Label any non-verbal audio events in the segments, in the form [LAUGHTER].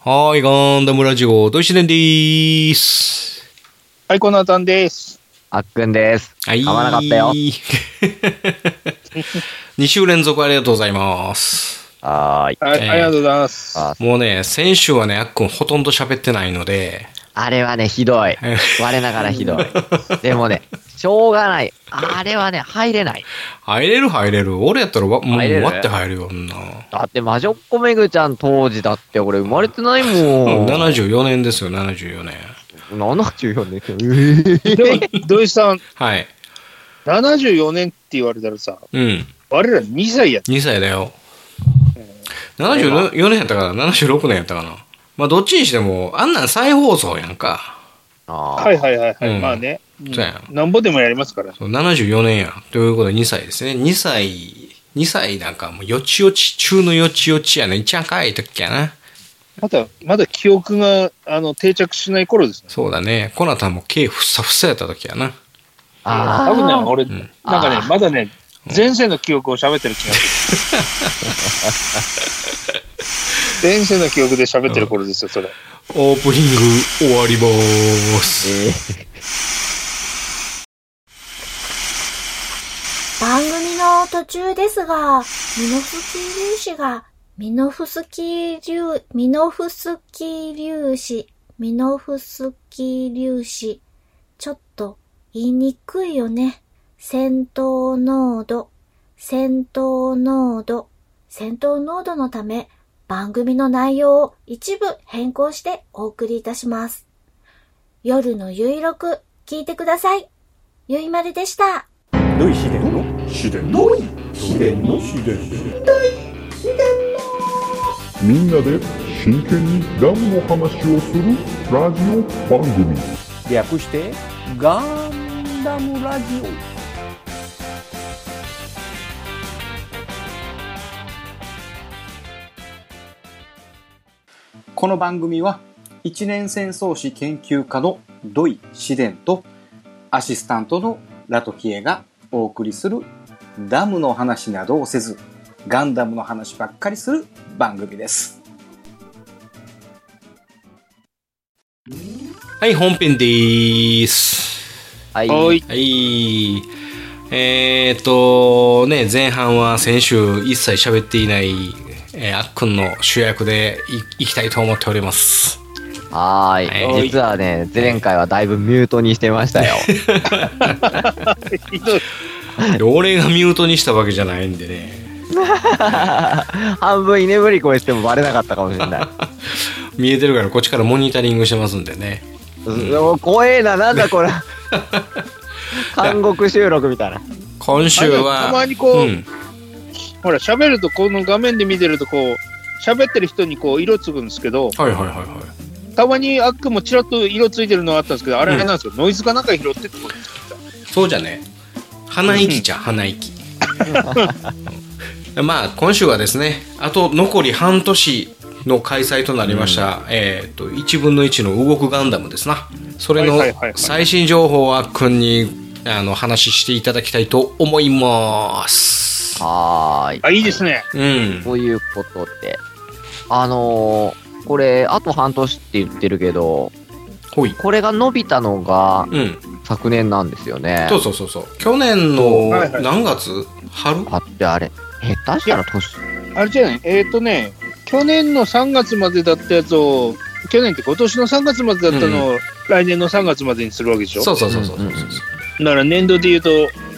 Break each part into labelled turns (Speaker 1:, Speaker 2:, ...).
Speaker 1: はーい、ガンダムラジオ、ドイシデンでーす。
Speaker 2: はい、このあたんです。
Speaker 3: あっくんです。
Speaker 1: はい。
Speaker 3: 買わなかった
Speaker 1: [LAUGHS]
Speaker 3: よ
Speaker 1: 2週連続ありがとうございます。
Speaker 3: はーい。
Speaker 2: はい、
Speaker 1: えー
Speaker 2: ありがとうございます。
Speaker 3: あ
Speaker 1: もうね、先週はね、あっくんほとんど喋ってないので、
Speaker 3: あれはね、ひどい。我ながらひどい。でもね、しょうがない。あれはね、入れない。
Speaker 1: 入れる入れる。俺やったらわもう
Speaker 3: 入れる
Speaker 1: 割って入るよ、そんな。
Speaker 3: だって、魔女っ子めぐちゃん当時だって、俺生まれて [LAUGHS] ないもん。
Speaker 1: 74年ですよ、74年。
Speaker 3: 74年ですよ。えー
Speaker 2: でも、土井さん、
Speaker 1: はい。
Speaker 2: 74年って言われたらさ、
Speaker 1: うん。
Speaker 2: 我ら2歳やっ
Speaker 1: 2歳だよ。74年やったかな ?76 年やったかなまあ、どっちにしても、あんなん再放送やんか。
Speaker 3: あ
Speaker 2: た。
Speaker 3: ー
Speaker 2: はいはいはいはい。
Speaker 1: うん
Speaker 2: まあね、うん
Speaker 1: そうやん
Speaker 2: なんぼでもやりますから。
Speaker 1: そう74年や。ということで2歳ですね。2歳、2歳なんかもうよちよち中のよちよちやね。一番かい時やな。
Speaker 2: まだ、まだ記憶が、あの、定着しない頃ですね。
Speaker 1: そうだね。コナタンも毛ふっさふさやった時やな。
Speaker 3: あ
Speaker 2: 多分ね、俺、
Speaker 1: ん
Speaker 2: なんか
Speaker 3: あ
Speaker 2: ね
Speaker 3: ー、
Speaker 2: まだね、前世の記憶を喋ってる気がする。前世の記憶で喋ってる頃ですよ、それ。
Speaker 1: オープニング終わりまーす。
Speaker 3: え
Speaker 4: 番組の途中ですが、ミノフスキー粒子が、ミノフスキー粒、ミノフスキー粒子、ミノフスキー粒子。ちょっと言いにくいよね。戦闘濃度、戦闘濃度、戦闘濃度のため、番組の内容を一部変更してお送りいたします。夜のゆいろく聞いてください。ゆいまるでした。
Speaker 5: どい秘伝の秘伝の秘伝の秘伝
Speaker 6: みんなで真剣にダムの話をするラジオ番組
Speaker 5: 略してガンダムラジオこの番組は一年戦争史研究家の土井紫伝とアシスタントのラトキエがお送りするダムの話などをせずガンダムの話ばっかりする番組です。
Speaker 1: はい、本編でーす。
Speaker 3: はい。
Speaker 2: は。
Speaker 3: はい
Speaker 1: はい。えーっと、ね、前半は先週一切喋っていない、えーあっくんの主役でいいきたいと思っております。
Speaker 3: ーい。実はね、前回はだいぶミュートにしてましたよ。
Speaker 2: ひどい
Speaker 1: [LAUGHS] で俺がミュートにしたわけじゃないんでね。
Speaker 3: 半分居眠り声してもバレなかったかもしれない。
Speaker 1: 見えてるからこっちからモニタリングしてますんでね
Speaker 3: うん怖えな、なんだこれ。 [LAUGHS] 韓国収録みたいな。
Speaker 1: 今週は
Speaker 2: あたまにこうんほら、喋ると、この画面で見てると、こう、喋ってる人にこう、色つくんですけど、
Speaker 1: はいはいはいはい
Speaker 2: たまにあっくんもちらっと色ついてるのがあったんですけど、あれあれなんですよ、ノイズかなんか拾ってってことですか
Speaker 1: そうじゃね鼻息じゃ鼻息うんまあ今週はですねあと残り半年の開催となりました、えっ、と1分の1の動くガンダムですなそれの
Speaker 2: はいはいはいはい
Speaker 1: 最新情報をあっくんにあの話していただきたいと思います
Speaker 3: はーい。
Speaker 2: あ、いいですね。
Speaker 1: うん
Speaker 3: ということで、あのー、これ、あと半年って言ってるけど、
Speaker 1: ほい
Speaker 3: これが伸びたのが
Speaker 1: うん
Speaker 3: 昨年なんですよね。
Speaker 1: そうそうそうそう去年の
Speaker 2: はいはい
Speaker 1: 何月春
Speaker 3: あってあれ、下手したら年、
Speaker 2: あれじゃない、えっ、とね、去年の3月までだったやつを、去年って今年の3月までだったのを、来年の3月までにするわけでしょ。
Speaker 1: そうそうそうそうそう
Speaker 3: うんうんうん
Speaker 2: だから年度で言うと、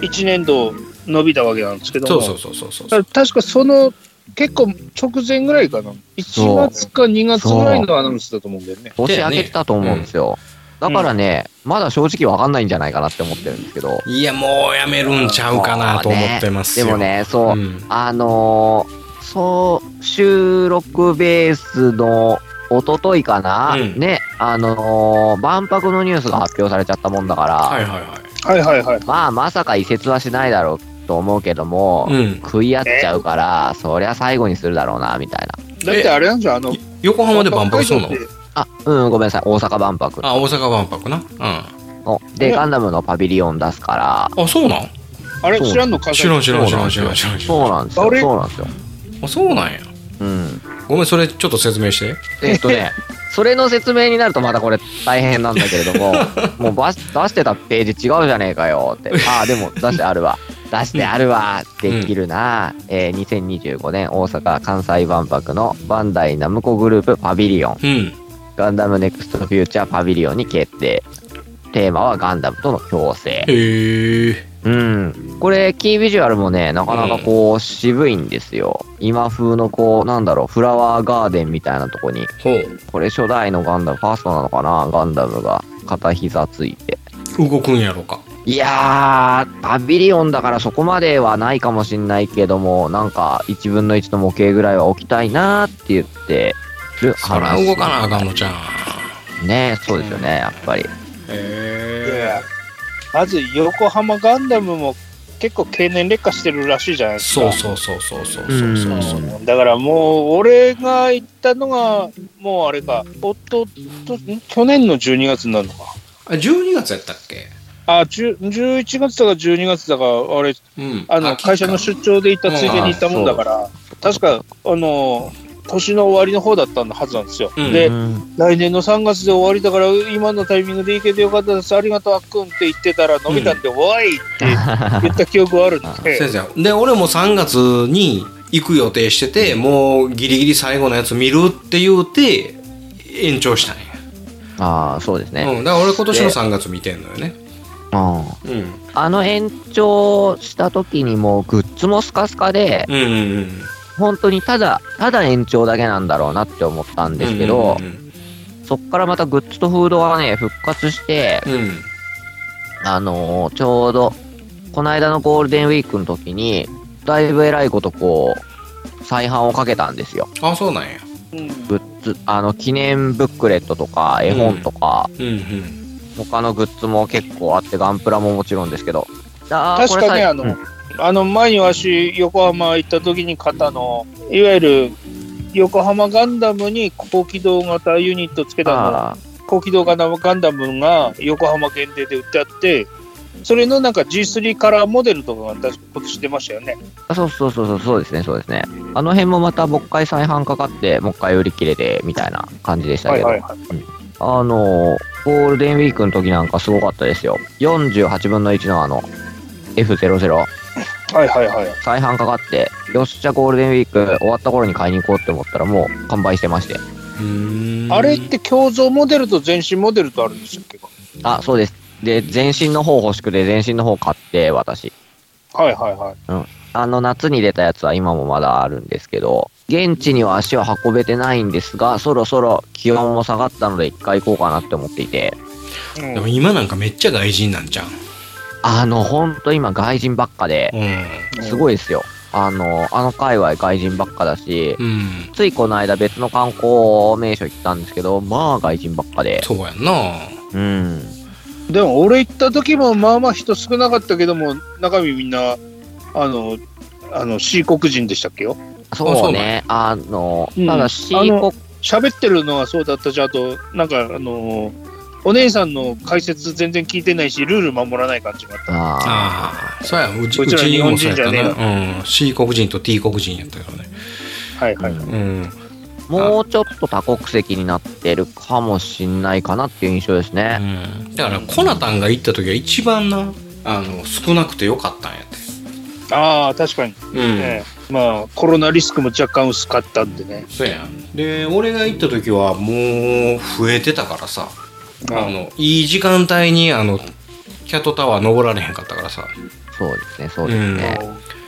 Speaker 2: 1年度伸びたわけなんですけども、
Speaker 1: そうそうそうそうそう
Speaker 2: だから確かその、結構直前ぐらいかな、1月か2月ぐらいのアナウンスだと思うんだよね。
Speaker 3: 年明けてたと思うんですよ。
Speaker 2: う
Speaker 3: だ
Speaker 2: ん
Speaker 3: からね、まだ正直わかんないんじゃないかなって思ってるんですけど。
Speaker 1: いやもうやめるんちゃうかなと思ってます
Speaker 3: で
Speaker 1: よ
Speaker 3: もね、そう、
Speaker 1: うん
Speaker 3: あのー、そう、収録ベースの一昨日かな、
Speaker 1: うん
Speaker 3: ね、あのー、万博のニュースが発表されちゃったもんだから、
Speaker 1: はいはいは
Speaker 2: はいはいはい。
Speaker 3: まあまさか移設はしないだろうと思うけども、
Speaker 1: い、うん、
Speaker 3: 食い合っちゃうから、そりゃ最後にするだろうな、みたい
Speaker 2: だ
Speaker 3: な。
Speaker 2: ってあれなんじゃあの、
Speaker 1: 横浜で万博するの
Speaker 2: 北海道って
Speaker 3: あ、うん、ごめんなさい、大阪万博
Speaker 1: あ大阪万博なうんあ
Speaker 3: の。で、ガンダムのパビリオン出すから、
Speaker 1: そうなん
Speaker 2: あれ
Speaker 3: そう
Speaker 2: 知らんの関西
Speaker 1: 知らん知らん知らん知らん知らん知らん
Speaker 3: そうなんです
Speaker 2: あ
Speaker 3: よ、
Speaker 2: れ
Speaker 3: そうなんですよ。
Speaker 1: あそうなんや
Speaker 3: うん。
Speaker 1: ごめんそれちょっと説明して
Speaker 3: えっとね、それの説明になるとまたこれ大変なんだけれど
Speaker 1: [LAUGHS]
Speaker 3: も、もうば出してたページ違うじゃねえかよって、ああ、でも出してあるわ、出してあるわ、できるな、えー2025年大阪・関西万博のバンダイナムコグループパビリオン、
Speaker 1: うん
Speaker 3: ガンダムネクストフューチャーパビリオンに決定。テーマはガンダムとの共生。
Speaker 1: へえ
Speaker 3: うん。これ、キービジュアルもね、なかなかこう、渋いんですよ。今風のこう、なんだろう、フラワーガーデンみたいなとこに
Speaker 1: ほ
Speaker 3: これ初代のガンダム、ファーストなのかなガンダムが片膝ついて。
Speaker 1: う動くんやろか
Speaker 3: いやー、パビリオンだからそこまではないかもしんないけども、なんか1分の1の模型ぐらいは置きたいなーって言ってる
Speaker 1: そら
Speaker 3: 話。
Speaker 1: 動かなあかんのちゃん
Speaker 3: ねそうですよね、やっぱり。
Speaker 1: へ
Speaker 2: まず横浜ガンダムも結構経年劣化してるらしいじゃないです
Speaker 1: そ
Speaker 2: か
Speaker 1: うそうそうそうそうそうそうそう
Speaker 3: う
Speaker 2: だからもう俺が行ったのがもうあれかおっととん去年の12月になるのか
Speaker 1: あ12月やったっけ
Speaker 2: あ10 11月だか12月だかあれ
Speaker 1: うん
Speaker 2: あの
Speaker 1: 秋か
Speaker 2: 会社の出張で行ったついでに行ったもんだから確かあの年の終わりの方だったはずなんですよ、
Speaker 1: うん
Speaker 2: で
Speaker 3: うん
Speaker 2: 来年の3月で終わりだから今のタイミングで行けてよかったですありがとうあっくんって言ってたら伸びたんで、おいって言った記 [LAUGHS] 憶はあるんで
Speaker 1: 先生で俺も3月に行く予定しててもうギリギリ最後のやつ見るって言うて延長したんや
Speaker 3: ああ、そうですね。
Speaker 1: うん、だから俺今年の3月見てんのよね。
Speaker 3: うん
Speaker 1: うん。
Speaker 3: あの延長した時にもうグッズもスカスカで、
Speaker 1: うんうんうん。
Speaker 3: 本当にただ、ただ延長だけなんだろうなって思ったんですけど、
Speaker 1: うん
Speaker 3: そっからまたグッズとフードがね、復活して、
Speaker 1: うんうん。
Speaker 3: あのーちょうど、この間のゴールデンウィークの時に、だいぶ偉いことこう、再販をかけたんですよ。
Speaker 1: あ、そうなんや。
Speaker 2: うん
Speaker 3: グッズ、あの、記念ブックレットとか、絵本とか、
Speaker 1: うんうん。
Speaker 3: 他のグッズも結構あって、ガンプラももちろんですけど。あー
Speaker 2: 確かねあの、
Speaker 3: これさ
Speaker 2: あの前にわし横浜行った時に買ったのいわゆる横浜ガンダムに高機動型ユニットつけ
Speaker 3: うん
Speaker 2: たの
Speaker 3: あ
Speaker 2: 高機動型ガンダムが横浜限定で売ってあってそれのなんか G3 カラーモデルとかが確か今年出ましたよね
Speaker 3: ーそうそうそうそう、そうですね、そうですね。あの辺もまた、もう一回再販かかって、もう一回売り切れて、みたいな感じでした
Speaker 2: は
Speaker 3: け
Speaker 2: い
Speaker 3: ど。
Speaker 2: はいはい
Speaker 3: あの、ゴールデンウィークの時なんかすごかったですよ。48分の1のあの、F00、
Speaker 2: はいはいはい
Speaker 3: 再販かかって、よっしゃ、ゴールデンウィーク終わった頃に買いに行こうって思ったら、もう完売してまして。
Speaker 1: うーん
Speaker 2: あれって胸像モデルと全身モデルとあるんですよ結構
Speaker 3: あ、そうです。で、全身の方欲しくて、全身の方買って、私。
Speaker 2: はいはいはい
Speaker 3: あの、夏に出たやつは今もまだあるんですけど、現地には足を運べてないんですが、そろそろ気温も下がったので、一回行こうかなって思っていて、
Speaker 2: うん
Speaker 1: でも今なんかめっちゃ外人なんじゃん。
Speaker 3: あの、ほんと今、外人ばっかで、
Speaker 1: うん。
Speaker 3: すごいですよ。あの、あの界隈外人ばっかだし、
Speaker 1: うん。
Speaker 3: ついこの間別の観光名所行ったんですけど、まあ外人ばっかで。
Speaker 1: そうやんな。
Speaker 3: うん。
Speaker 2: でも俺行った時もまあまあ人少なかったけども中身みんなあのあの C 国人でしたっけよ
Speaker 3: そうね。あの、
Speaker 2: うん
Speaker 3: ただシ
Speaker 2: あ
Speaker 3: ー
Speaker 2: の
Speaker 3: コ、
Speaker 2: 喋ってるのはそうだったしあとなんかあのお姉さんの解説全然聞いてないしルール守らない感じがあった
Speaker 3: あ
Speaker 1: ああ。そうや、うち
Speaker 2: こ
Speaker 1: う
Speaker 2: ちら日
Speaker 1: ち
Speaker 2: 本
Speaker 1: も
Speaker 2: 人
Speaker 1: そう
Speaker 2: じ
Speaker 1: や
Speaker 2: ゃ
Speaker 1: っ
Speaker 2: ね
Speaker 1: た
Speaker 2: え
Speaker 1: な。うん。C 国人と T 国人やったからね。
Speaker 2: はいはい、
Speaker 3: うん
Speaker 1: うん。
Speaker 3: ーもうちょっと多国籍になってるかもしんないかなっていう印象ですね。
Speaker 1: うんだからコナタンが行った時は一番な、あの、少なくてよかったんやって。
Speaker 2: ああ確かに
Speaker 1: うん。
Speaker 2: ね、まあコロナリスクも若干薄かったんでね
Speaker 1: そうやんで俺が行った時はもう増えてたからさあのいい時間帯にあのキャットタワー登られへんかったからさ
Speaker 3: そうですね、そうですね。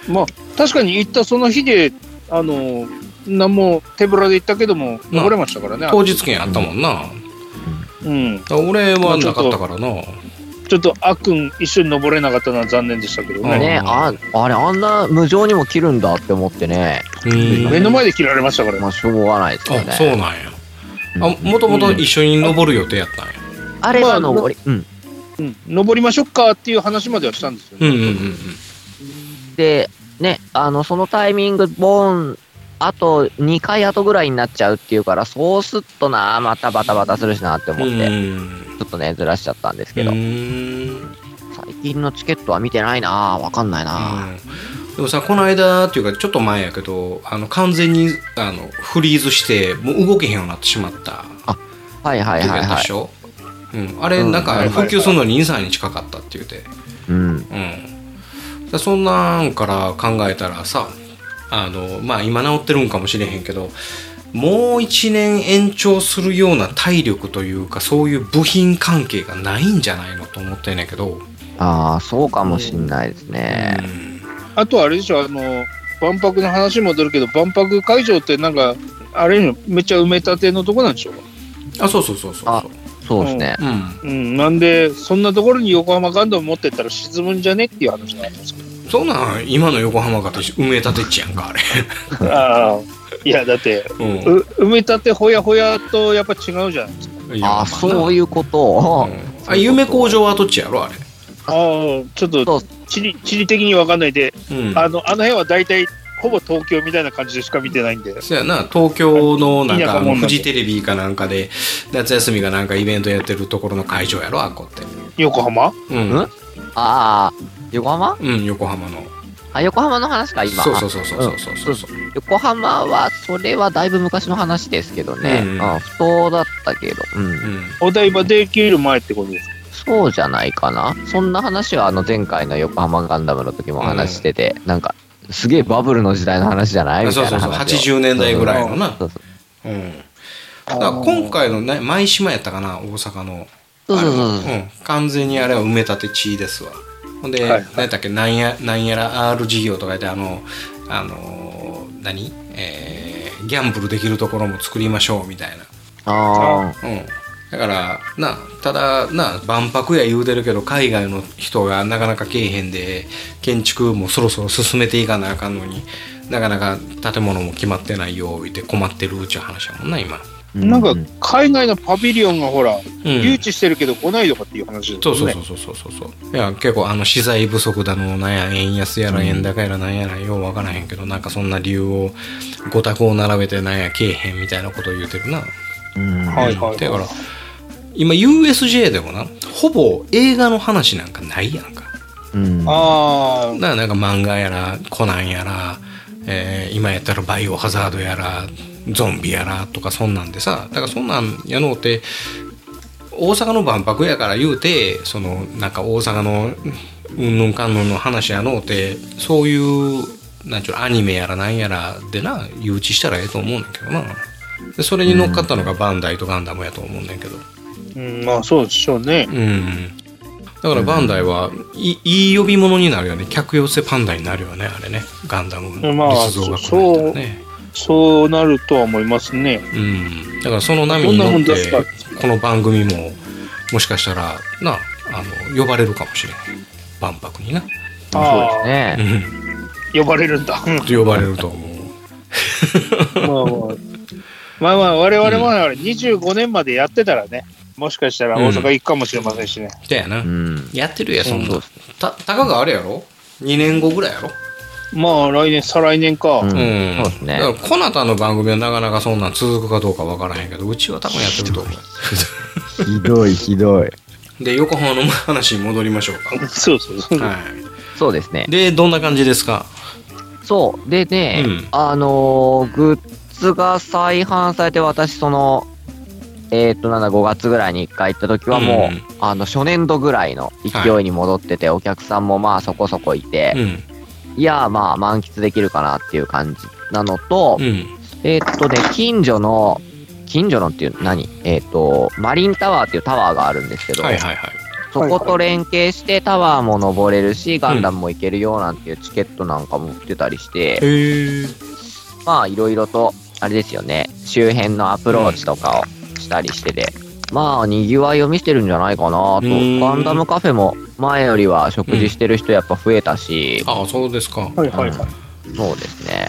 Speaker 2: まあ確かに行ったその日であの何も手ぶらで行ったけども
Speaker 1: まあ
Speaker 2: 登れましたからね、
Speaker 1: 当日券あったもんな、
Speaker 2: うん、
Speaker 1: だから俺はなかったからな
Speaker 2: ちょっとあっくん一緒に登れなかったのは残念でしたけど
Speaker 1: うん
Speaker 2: ね、
Speaker 3: ね、あ、あれ、あんな無情にも切るんだって思ってね。
Speaker 1: うん
Speaker 2: 目の前で切られましたからね
Speaker 3: まあ、しょうがないですよ
Speaker 1: あ
Speaker 3: ね。
Speaker 1: そうなんやあ
Speaker 3: うん
Speaker 1: もともと一緒に登る予定やったんや
Speaker 3: あれは登り、うん。
Speaker 2: うん、登りましょうかっていう話まではしたんですよ、
Speaker 1: う
Speaker 2: ね
Speaker 1: んうんうん
Speaker 3: で、ね、あの、そのタイミング、ボーン、あと2回後ぐらいになっちゃうっていうから、そうすっとな、またバタバタするしなって思
Speaker 1: う
Speaker 3: っ
Speaker 1: ん
Speaker 3: て、
Speaker 1: うん
Speaker 3: ちょっとね、ずらしちゃったんです
Speaker 1: う
Speaker 3: けど、
Speaker 1: ん
Speaker 3: 最近のチケットは見てないな、わかんないな。
Speaker 1: うんでもさこの間っていうかちょっと前やけどあの完全にあのフリーズしてもう動けへんようになってしまった
Speaker 3: はいはい
Speaker 1: 時があ
Speaker 3: は
Speaker 1: っ
Speaker 3: い
Speaker 1: た
Speaker 3: は
Speaker 1: で
Speaker 3: い
Speaker 1: し。ょ、うん、あれなん
Speaker 2: うんは
Speaker 1: か
Speaker 2: いはい
Speaker 1: 復
Speaker 2: はい
Speaker 1: 旧するのに23日かかったって言うて、
Speaker 3: うん。
Speaker 1: うん、だそんなんから考えたらさあのまあ今治ってるんかもしれへんけどもう1年延長するような体力というかそういう部品関係がないんじゃないのと思ってんねんけど、
Speaker 3: ああ、そうかもしんないですね。
Speaker 2: あとあれでしょ、あの、万博の話戻るけど、万博会場ってなんか、あれにめっちゃ埋め立てのとこなんでしょ
Speaker 1: うん、あそうそうそうそう
Speaker 3: あ
Speaker 1: そう
Speaker 3: そうですね。
Speaker 1: うん
Speaker 2: うん、なんで、そんなところに横浜ガンダム持ってったら沈むんじゃねっていう話なんですけ
Speaker 1: そんなん今の横浜方埋め立て地やんかあれ、
Speaker 2: ど。ああ、いや、だって、
Speaker 1: うん
Speaker 2: う埋め立てほやほやとやっぱ違うじゃないですか。
Speaker 1: いやま
Speaker 3: あ
Speaker 1: あ
Speaker 3: あ、そう
Speaker 1: い
Speaker 3: いうことを。
Speaker 1: あ夢工場跡地やろあれ
Speaker 2: ああ、ちょっ
Speaker 3: そう
Speaker 2: と地理地理的に分かんないで、
Speaker 1: うん
Speaker 2: あのあの辺は大体、ほぼ東京みたいな感じでしか見てないんで。
Speaker 1: そうやな東京のなん
Speaker 2: 田
Speaker 1: か
Speaker 2: 舎もんなんで
Speaker 1: フジテレビかなんかで夏休みがなんかイベントやってるところの会場やろあっこって
Speaker 2: 横浜
Speaker 1: うん
Speaker 3: ん、ああ、横浜
Speaker 1: うん、横浜の
Speaker 3: あ、横浜の話か、今。
Speaker 1: そうそうそうそうそうそうそう
Speaker 3: 横浜は、それはだいぶ昔の話ですけどね。
Speaker 1: う
Speaker 3: うんん、不当だったけど。うん
Speaker 1: う。ん
Speaker 2: お台場できる前ってことですか
Speaker 3: そうじゃないかな。そんな話は、あの、前回の横浜ガンダムの時も話してて、なんか、すげえバブルの時代の話じゃない
Speaker 1: あ
Speaker 3: みた
Speaker 1: そ
Speaker 3: いうな
Speaker 1: そう
Speaker 3: 話
Speaker 1: そう80
Speaker 3: を
Speaker 1: 年代ぐらいのな
Speaker 3: そうそう
Speaker 1: うんだから今回のね舞島やったかな大阪の
Speaker 3: そうそうそう
Speaker 1: あれうん完全にあれは埋め立て地ですわほんで、
Speaker 2: はいはい
Speaker 1: 何やったっけなんやなんやら R 事業とか言ってあのあのー何えーギャンブルできるところも作りましょうみたいな
Speaker 3: ああ、
Speaker 1: うん、だからなただな万博や言うてるけど海外の人がなかなか来えへんで建築もそろそろ進めていかなあかんのになかなか建物も決まってないよ言って困ってるうちゅう話やもんな今、
Speaker 2: なんか
Speaker 3: う
Speaker 2: 海外のパビリオンがほら、
Speaker 1: う
Speaker 2: 誘
Speaker 1: ん、
Speaker 2: 致してるけど来ないとかっていう話ですよね。
Speaker 1: そうそうそうそうそうそういや結構あの資材不足だのなんや円安やら円高やらなんやらようわからへんけどなんかそんな理由をごたくを並べてなんやけえへんみたいなことを言うてるな
Speaker 3: うん
Speaker 2: はいはいはい
Speaker 1: だから今 USJ でもなほぼ映画の話なんかないやんか
Speaker 3: うん
Speaker 2: あ
Speaker 1: だからなんか漫画やらコナンやら、えー今やったらバイオハザードやらゾンビやらとかそんなんでさだからそんなんやのうて大阪の万博やから言うてそのなんか大阪のうんぬんかんぬんの話やのうてそういうなんちゅうのアニメやらなんやらでな誘致したらええと思うねんだけどなでそれに乗っかったのがバンダイとガンダムやと思うねんけど
Speaker 2: あ、うん、まあそうでしょうね。
Speaker 1: うんだからバンダイはいいい呼び物になるよね客寄せパンダになるよねあれねガンダム
Speaker 2: まあ
Speaker 1: の実像がこうなったらね、
Speaker 2: そうなるとは思いますね。
Speaker 1: うん、だからその波
Speaker 2: ど
Speaker 1: に
Speaker 2: んな
Speaker 1: 乗
Speaker 2: も
Speaker 1: っ
Speaker 2: ん出す
Speaker 1: て
Speaker 2: か。
Speaker 1: この番組ももしかしたらなあの呼ばれるかもしれん万博にな、
Speaker 3: そうです
Speaker 2: あ
Speaker 3: ね。
Speaker 1: うん、
Speaker 2: あ、呼ばれる
Speaker 3: [LAUGHS]
Speaker 2: んだ。ま
Speaker 1: 呼ばれると思う
Speaker 2: あまあ、まあまあ、我々もあれ25年までやってたらね、もしかしたら大阪行くかもしれませんしね。
Speaker 1: だよな、
Speaker 3: うん。
Speaker 1: やってるやんそん
Speaker 3: そ
Speaker 1: な
Speaker 3: うですね
Speaker 1: たたかがあれやろ2年後ぐらいやろ
Speaker 2: まあ来年、再来年か。
Speaker 3: うん
Speaker 1: う
Speaker 3: そうですね
Speaker 1: だからこなたの番組はなかなかそんなん続くかどうかわからへんけどうちは多分やってると思う
Speaker 3: ひどいひどい。
Speaker 1: で横浜の話に戻りましょうか。
Speaker 2: [LAUGHS] そうそうそう。
Speaker 1: は
Speaker 3: そうですね
Speaker 1: い、。でどんな感じですか
Speaker 3: そう。でね、
Speaker 1: うん
Speaker 3: あのーグッズが再販されて、私、その、えっ、と、なんだ、5月ぐらいに1回行った時はもう、
Speaker 1: うん
Speaker 3: あの、初年度ぐらいの勢いに戻ってて、お客さんもまあそこそこいて、
Speaker 1: うん
Speaker 3: いやーまあ満喫できるかなっていう感じなのと、
Speaker 1: うん
Speaker 3: えーっとね、近所の、近所のっていう、何えーっと、マリンタワーっていうタワーがあるんですけど、
Speaker 1: はいはいはい
Speaker 3: そこと連携してタワーも登れるし、ガンダムも行けるよなんていうチケットなんかも売ってたりして、
Speaker 1: へえ
Speaker 3: まあいろいろと、あれですよね、周辺のアプローチとかをしたりしてて、まあ賑わいを見せてるんじゃないかなと、
Speaker 1: うん
Speaker 3: ガンダムカフェも前よりは食事してる人やっぱ増えたし、
Speaker 1: ああそうですか
Speaker 2: はいはいはい。
Speaker 3: そうですね。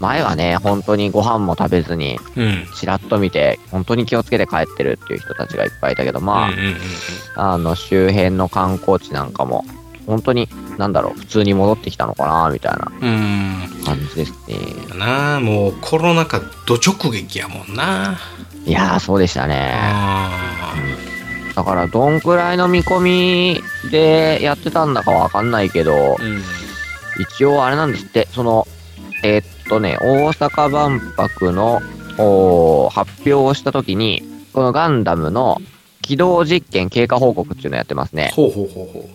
Speaker 3: 前はね、本当にご飯も食べずに、
Speaker 1: うん
Speaker 3: ちらっと見て、本当に気をつけて帰ってるっていう人たちがいっぱいいたけど、ま
Speaker 1: う
Speaker 3: あ、
Speaker 1: んうんうん
Speaker 3: あの、周辺の観光地なんかも、本当に、なんだろう、普通に戻ってきたのかな、みたいな
Speaker 1: うん
Speaker 3: 感じですね。
Speaker 1: だなあもうコロナ禍ど直撃やもんない
Speaker 3: やー、そうでしたね。
Speaker 1: あ
Speaker 3: だから、どんくらいの見込みでやってたんだかわかんないけど
Speaker 1: ー、うん
Speaker 3: 一応あれなんですって、その、えーっとね、大阪万博のおー発表をしたときに、このガンダムの起動実験経過報告っていうのをやってますね。
Speaker 1: ほうほうほうほ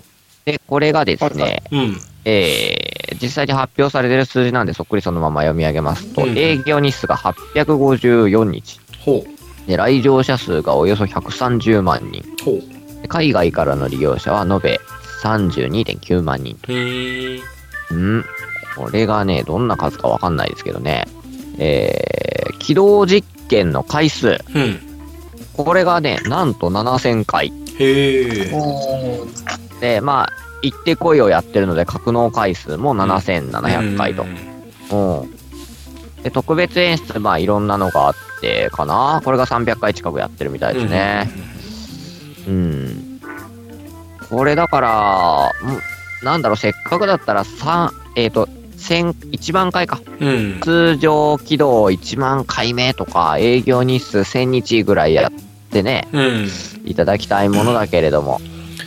Speaker 3: で、これがです
Speaker 5: は
Speaker 3: ね、
Speaker 1: う。うん。
Speaker 3: えー実際に発表されてる数字なんで、そっくりそのまま読み上げますと、
Speaker 1: うん
Speaker 3: 営業日数が854日。
Speaker 1: ほ
Speaker 3: で、来場者数がおよそ130万人。
Speaker 1: う。ほう。
Speaker 3: で海外からの利用者は延べ32.9万人
Speaker 1: うーん。
Speaker 3: うん。これがね、どんな数かわかんないですけどね。えー、起動実験の回数。
Speaker 1: うん。
Speaker 3: これがね、なんと7000回。
Speaker 1: へえ。
Speaker 3: で、まあ、行ってこいをやってるので、格納回数も7700回と。うん。で、特別演出、まあ、いろんなのがあって、かな。これが300回近くやってるみたいですね。うん。これだから、うんなんだろう、せっかくだったら、3、えっ、と、1000、1万回か。
Speaker 1: うん。うん。
Speaker 3: 通常軌道1万回目とか、営業日数1000日ぐらいやってね、
Speaker 1: うん。
Speaker 3: いただきたいものだけれども、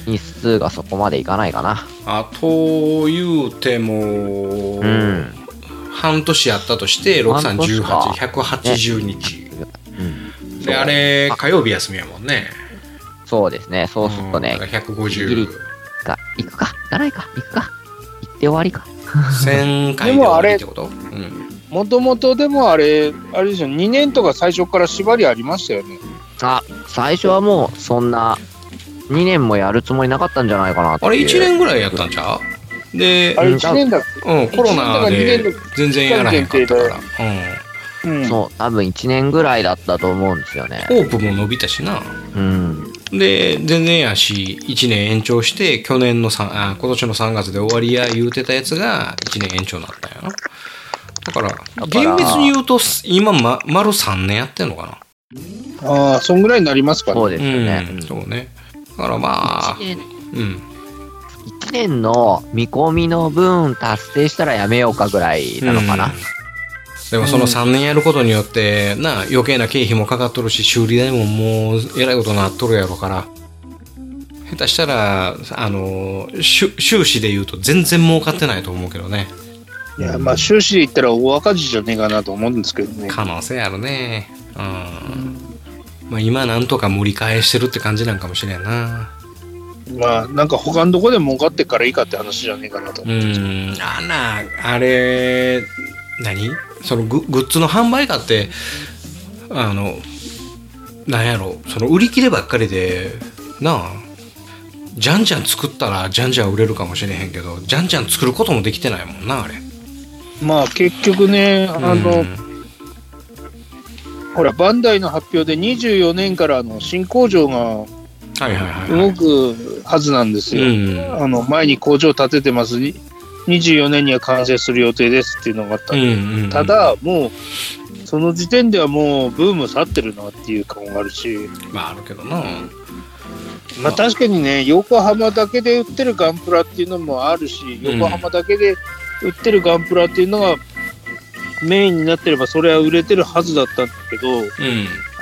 Speaker 3: 日数がそこまでいかないかな。
Speaker 1: あと言うても、
Speaker 3: うん。
Speaker 1: 半年やったとして
Speaker 3: 半年か
Speaker 1: 631880日、
Speaker 3: うん、そう
Speaker 1: であれ火曜日休みやもんね
Speaker 3: そうですね、そうすると
Speaker 1: ん
Speaker 3: ね、
Speaker 1: だ
Speaker 3: 行
Speaker 1: から
Speaker 3: ギリ
Speaker 1: 150
Speaker 3: か行くか、行かないか、行くか、行って終わりか。
Speaker 1: 1000回
Speaker 2: で
Speaker 1: で
Speaker 2: も
Speaker 1: 終
Speaker 2: あ
Speaker 1: わ
Speaker 2: れ
Speaker 1: りってことうん
Speaker 2: もともとでもあれ、あれですよ、2年とか最初から縛りありましたよね。
Speaker 3: あ、最初はもう、そんな、2年もやるつもりなかったんじゃないかなってい
Speaker 1: あ
Speaker 3: う
Speaker 1: れ1年ぐらいやったんちゃうで
Speaker 2: あ、れ1年だっ
Speaker 1: うん、コロナ
Speaker 2: 一年
Speaker 1: で
Speaker 2: とか
Speaker 1: 全然やらへんかったから、
Speaker 2: け、うん、
Speaker 3: そう、多分1年ぐらいだったと思うんですよね。
Speaker 1: うん、オープンも伸びたしな
Speaker 3: うん。
Speaker 1: で全然やし1年延長して去年の三あ今年の3月で終わりや言うてたやつが1年延長になったんやなだから
Speaker 3: から
Speaker 1: 厳密に言うと今、ま、丸3年やってんのかな
Speaker 2: ああ、そんぐらいになりますかね
Speaker 3: そうですよね。
Speaker 1: う、
Speaker 3: うんん
Speaker 1: そうねだからまあ
Speaker 3: 一年
Speaker 1: うん
Speaker 3: 1年の見込みの分達成したらやめようかぐらいなのか
Speaker 1: うん
Speaker 3: な。
Speaker 1: でもその3年やることによってな余計な経費もかかっとるし修理代ももうえらいことなっとるやろから下手したらあの収収支で言うと全然儲かってないと思うけどね
Speaker 2: いや、まあ、収支で言ったら大赤字じゃねえかなと思うんですけどね。
Speaker 1: 可能性あるねうん、まあ、今なんとか盛り返してるって感じなんかもしれんな
Speaker 2: まあ、なんか他のとこで儲かってっからいいかって話じゃねえかなと。
Speaker 1: うんあなあれ何そのググッズの販売価ってあのなんやろその売り切ればっかりでなあじゃんじゃん作ったらじゃんじゃん売れるかもしれへんけどじゃんじゃん作ることもできてないもんなあれ
Speaker 2: まあ、結局ね、あの、
Speaker 1: うん
Speaker 2: ほら、バンダイの発表で24年からあの新工場が
Speaker 1: はいはいはいはい
Speaker 2: 動くはずなんです
Speaker 1: う
Speaker 2: よ。
Speaker 1: ん
Speaker 2: あの前に工場建ててますに24年には完成する予定ですっていうのがあった、
Speaker 1: うんうん
Speaker 2: ただもうその時点ではもうブーム去ってるなっていう感があるし
Speaker 1: まああるけどな
Speaker 2: まあ確かにね横浜だけで売ってるガンプラっていうのもあるし
Speaker 1: うん
Speaker 2: 横浜だけで売ってるガンプラっていうのがメインになってればそれは売れてるはずだったんだけど
Speaker 1: うん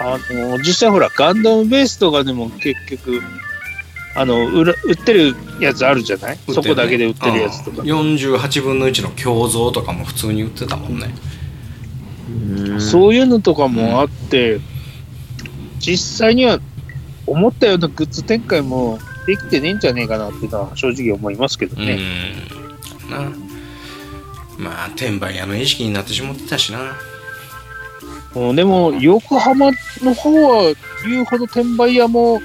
Speaker 2: あの実際ほらガンダムベースとかでも結局あの売ら売ってるやつあるじゃない、そこだけで売ってるやつと
Speaker 1: う
Speaker 2: か
Speaker 1: ん48分の1の胸像とかも普通に売ってたもんね
Speaker 3: うん
Speaker 2: そういうのとかもあって、実際には思ったようなグッズ展開もできてねえんじゃねえかなっていうのは正直思いますけどね。
Speaker 1: うんなまあ転売屋の意識になってしまってたしな
Speaker 2: うんでも横浜の方は言うほど転売屋も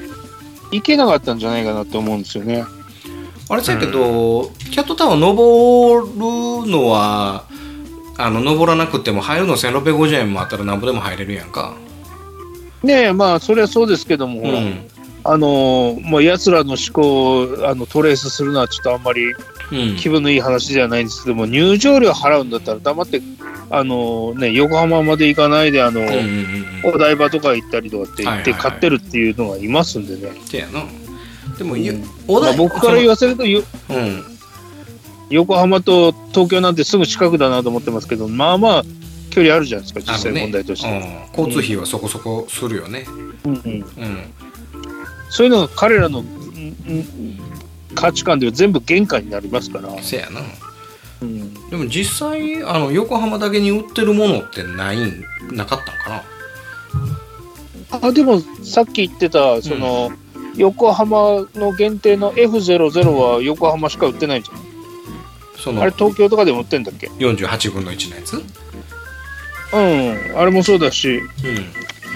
Speaker 2: 行けなかったんじゃないかなって思うんですよね。
Speaker 1: あれだけど、キャットタワー登るのはあの登らなくても入るの1650円もあったらなんぼでも入れるやんか
Speaker 2: ねえまあそれはそうですけども、
Speaker 1: う
Speaker 2: ほら
Speaker 1: ん
Speaker 2: あのもう奴らの思考をあのトレースするのはちょっとあんまり
Speaker 1: うん
Speaker 2: 気分のいい話じゃないんですけども入場料払うんだったら黙ってあの、ね、横浜まで行かないであの、
Speaker 1: うんうんうんうん
Speaker 2: お台場とか行ったりとかって行っ
Speaker 1: はい
Speaker 2: て
Speaker 1: はいはい
Speaker 2: 買ってるっていうのがいますんでね、
Speaker 1: てやなでも、ゆ
Speaker 2: うん
Speaker 1: お
Speaker 2: まあ
Speaker 1: 台
Speaker 2: 僕から言わせるとよ
Speaker 1: そのうん
Speaker 2: 横浜と東京なんてすぐ近くだなと思ってますけどまあまあ距離あるじゃないですか
Speaker 1: あ
Speaker 2: 実際
Speaker 1: のね
Speaker 2: 問題として、
Speaker 1: うん交通費はそこそこするよね
Speaker 2: うんうん
Speaker 1: うん
Speaker 2: そういうのが彼らの、うんうん価値観では全部原価になりますから、
Speaker 1: せやな
Speaker 2: うん。
Speaker 1: でも実際あの横浜だけに売ってるものってないんなかったんかな
Speaker 2: あ、でも、さっき言ってた、その、横浜の限定の F00 は横浜しか売ってないじゃん。
Speaker 1: そ
Speaker 2: あ
Speaker 1: の
Speaker 2: れ、東京とかでも売ってんだっけ
Speaker 1: 48分の1のやつ、うん、
Speaker 2: うん。あれもそうだし、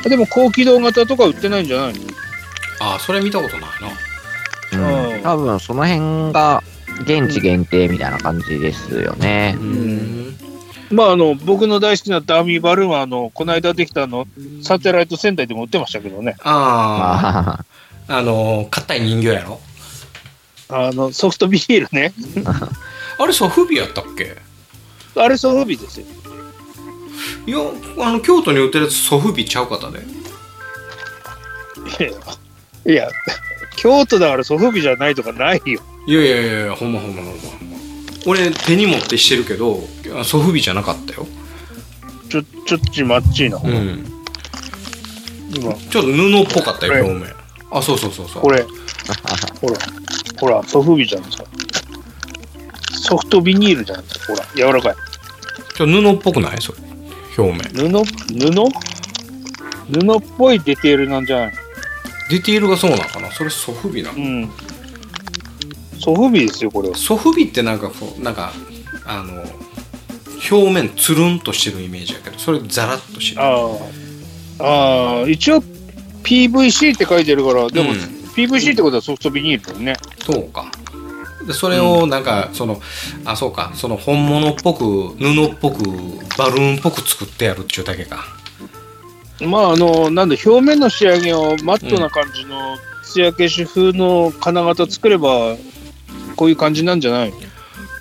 Speaker 2: あでも高機動型とか売ってないんじゃないの
Speaker 1: ああそれ見たことないな
Speaker 3: うん
Speaker 2: うん
Speaker 3: 多分その辺が現地限定みたいな感じですよね
Speaker 1: う。ん
Speaker 2: まあ、あの、僕の大好きなダーミーバルーンは、あの、この間できたあの、サテライト仙台でも売ってましたけどね。
Speaker 1: ああ
Speaker 3: あ
Speaker 1: あの硬い人形やろ
Speaker 2: あの、ソフトビールね。
Speaker 1: あれソフビやったっけ
Speaker 2: あれ、ソフビですよ。
Speaker 1: いやあの京都に売ってるやつソフビちゃうかったで
Speaker 2: いや、いや京都だからソフビじゃないとかないよ。
Speaker 1: いやいやいやいやほんまほんまほんまほんま俺手に持ってしてるけどあソフビじゃなかったよ、
Speaker 2: ちょ、ちょっちまっちいな、
Speaker 1: うん、
Speaker 2: 今。
Speaker 1: ちょっと布っぽかったよ
Speaker 2: こ
Speaker 1: 表面あそうそうそうそう
Speaker 2: これ、ほら、ほら、ソフビじゃないですか。ソフトビニールじゃないですか。ほら、柔らかい。
Speaker 1: ちょっと布っぽくないそれ表面
Speaker 2: 布、布布っぽいデテールなんじゃない
Speaker 1: ディティールがそうなのかなそれソフビなの
Speaker 2: うん。ソフビですよ、これは。
Speaker 1: ソフビってなんかこうなんかあの表面つるんとしてるイメージやけどそれザラッとしてる
Speaker 2: ああ。ああ、一応 PVC って書いてるから、でも、
Speaker 1: うん
Speaker 2: PVC ってことはソフトビニールだよね。
Speaker 1: そうかでそれをなんかそのあそうかその本物っぽく布っぽくバルーンっぽく作ってやるっちゅうだけか
Speaker 2: まあ、あの、なんで、表面の仕上げをマットな感じの艶消し風の金型作れば、こういう感じなんじゃない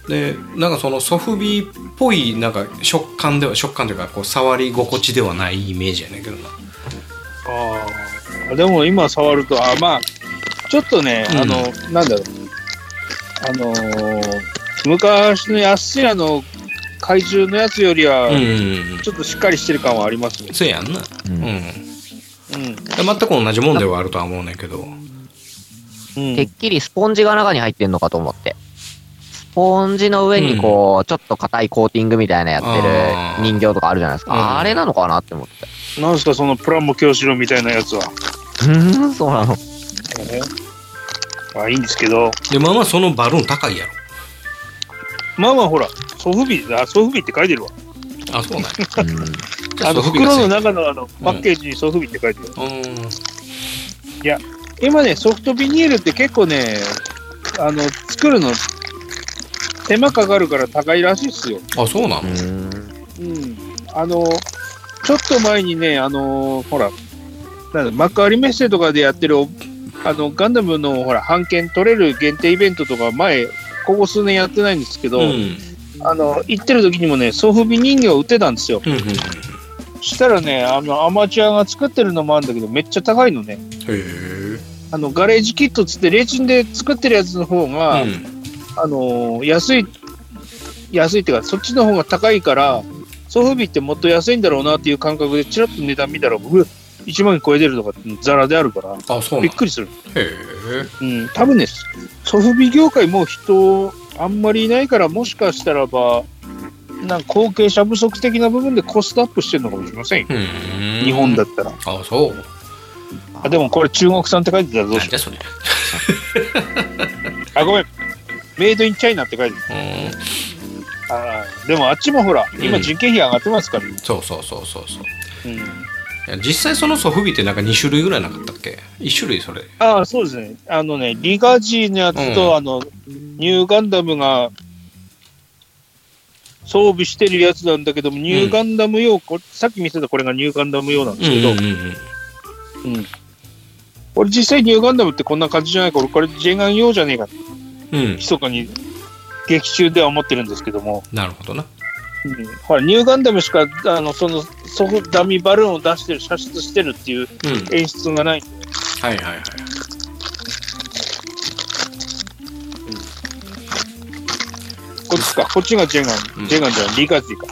Speaker 1: でなんかそのソフビっぽいなんか食感では食感というかこう触り心地ではないイメージやねんけどな
Speaker 2: ああでも今触るとあまあちょっとね、
Speaker 1: うん
Speaker 2: あのなんだろうあのー昔の安いあの怪獣のやつよりは、
Speaker 1: うんうんうん
Speaker 2: ちょっとしっかりしてる感はありますね、
Speaker 1: そうやんな
Speaker 3: う
Speaker 1: うん
Speaker 3: ん
Speaker 1: で全く同じもんではあるとは思うねんけど
Speaker 2: うんうん
Speaker 3: てっきりスポンジが中に入ってんのかと思って。スポンジの上にこう、ちょっと硬いコーティングみたいなやって
Speaker 1: あー
Speaker 3: る人形とかあるじゃないですか。
Speaker 1: うん
Speaker 3: あれなのかなって思って。 [LAUGHS]
Speaker 2: なんですかそのプラモ教師郎みたいなやつは、
Speaker 3: うーん、そうなの。
Speaker 2: まあいいんですけど
Speaker 1: でまあまあそのバルーン高いやろ
Speaker 2: まあまあほらソフビあソフビって書いてるわ
Speaker 1: あそう [LAUGHS] なんや
Speaker 3: うん
Speaker 1: じゃ
Speaker 2: あの
Speaker 1: ソフビが正
Speaker 2: 袋の中のあのパッケージにソフビって書いてる、
Speaker 1: 解うん
Speaker 2: 今ねソフトビニールって結構ねあの作るの手間かかるから高いらしいっすよ
Speaker 1: あそうなの、
Speaker 3: うん
Speaker 2: うん、あの、ちょっと前にね、あの、ほら、なんだ幕張メッセとかでやってる、おあの、ガンダムの、ほら、版権取れる限定イベントとか、前、ここ数年やってないんですけど、
Speaker 1: うん
Speaker 2: あの、行ってる時にもね、ソフビ人形売ってたんですよ。
Speaker 1: うんうんうんへ
Speaker 2: したらね、あの、アマチュアが作ってるのもあるんだけど、めっちゃ高いのね。
Speaker 1: え
Speaker 2: あの、ガレージキットっつって、レジンで作ってるやつの方が、
Speaker 1: うん
Speaker 2: あの、安い、安いっていうか、そっちの方が高いから、ソフビってもっと安いんだろうなっていう感覚で、ちらっと値段見たら、僕、1万円超えてるとかってザラであるから、
Speaker 1: あそうな
Speaker 2: びっ
Speaker 1: の
Speaker 2: くりする。
Speaker 1: へえ
Speaker 2: うん、多分ね、ソフビ業界もう人、あんまりいないから、もしかしたらば、なんか後継者不足的な部分でコストアップしてるのかもしれませんよ。
Speaker 1: うん
Speaker 2: 日本だったら。
Speaker 1: あそう
Speaker 2: あ、でもこれ中国産って書いてたらどう
Speaker 1: な
Speaker 2: し
Speaker 1: んじ
Speaker 2: よ
Speaker 1: ゃそれ
Speaker 2: う。あ、ごめん。メイドインチャイナって書いてる。
Speaker 1: うん
Speaker 2: あーでもあっちもほら、今人件費上がってますから。
Speaker 1: そうそうそうそうそう
Speaker 2: うん
Speaker 1: いや実際そのソフビってなんか2種類ぐらいなかったっけ1種類それ
Speaker 2: ああ、そうですね。あのね、リガジーのやつと、
Speaker 1: うん
Speaker 2: あの、ニューガンダムが装備してるやつなんだけども、ニューガンダム用、こさっき見せたこれがニューガンダム用なんですけど、
Speaker 1: うんうん
Speaker 2: 俺実際ニューガンダムってこんな感じじゃないから、俺これジェガン用じゃねえかって、
Speaker 1: うんうん
Speaker 2: 密かに劇中では思ってるんですけども、
Speaker 1: なるほどな
Speaker 2: うんほら、ニューガンダムしか、あの、その、ソフダミーバルーンを出してる、射出してるっていう
Speaker 1: うん
Speaker 2: 演出がない。
Speaker 1: はいはいはい
Speaker 2: こっちか、こっちがジェガン、
Speaker 1: うん
Speaker 2: ジェガンじゃない、リガジーか。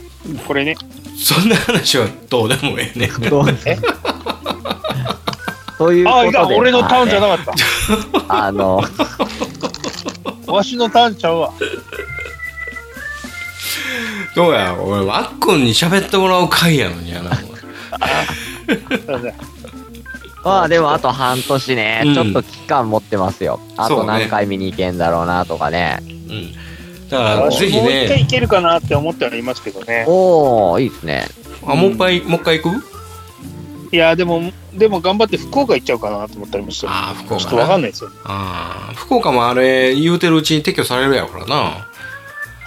Speaker 2: これね。
Speaker 1: そんな話はどうでもえ [LAUGHS] えねん
Speaker 3: どう
Speaker 2: え
Speaker 3: というこ
Speaker 2: ああ、
Speaker 3: と
Speaker 2: い
Speaker 3: で。
Speaker 2: や、俺のターンじゃ
Speaker 3: な
Speaker 2: なかっ
Speaker 3: あの、
Speaker 2: た。わしのターンちゃうわ。
Speaker 1: どうや俺わっくんに喋ってもらう回やのにやな
Speaker 3: まあでもあと半年ね、
Speaker 1: うん
Speaker 3: ちょっと期間持ってますよ。あ
Speaker 1: そ
Speaker 3: と
Speaker 1: うね
Speaker 3: 何回見に行けんだろうなとかね。
Speaker 1: うんだから
Speaker 2: 私
Speaker 1: ぜひ
Speaker 2: もう一回
Speaker 1: ね
Speaker 2: いけるかなって思ってはいますけどね。
Speaker 3: おおいいですね。
Speaker 1: あもう一回もう一回行く
Speaker 2: いや、でも、でも頑張って福岡行っちゃうかなと思ったりもしてる。
Speaker 1: あー福岡な
Speaker 2: ちょっとわかんないですよね。
Speaker 1: ああ福岡もあれ言うてるうちに撤去されるやからな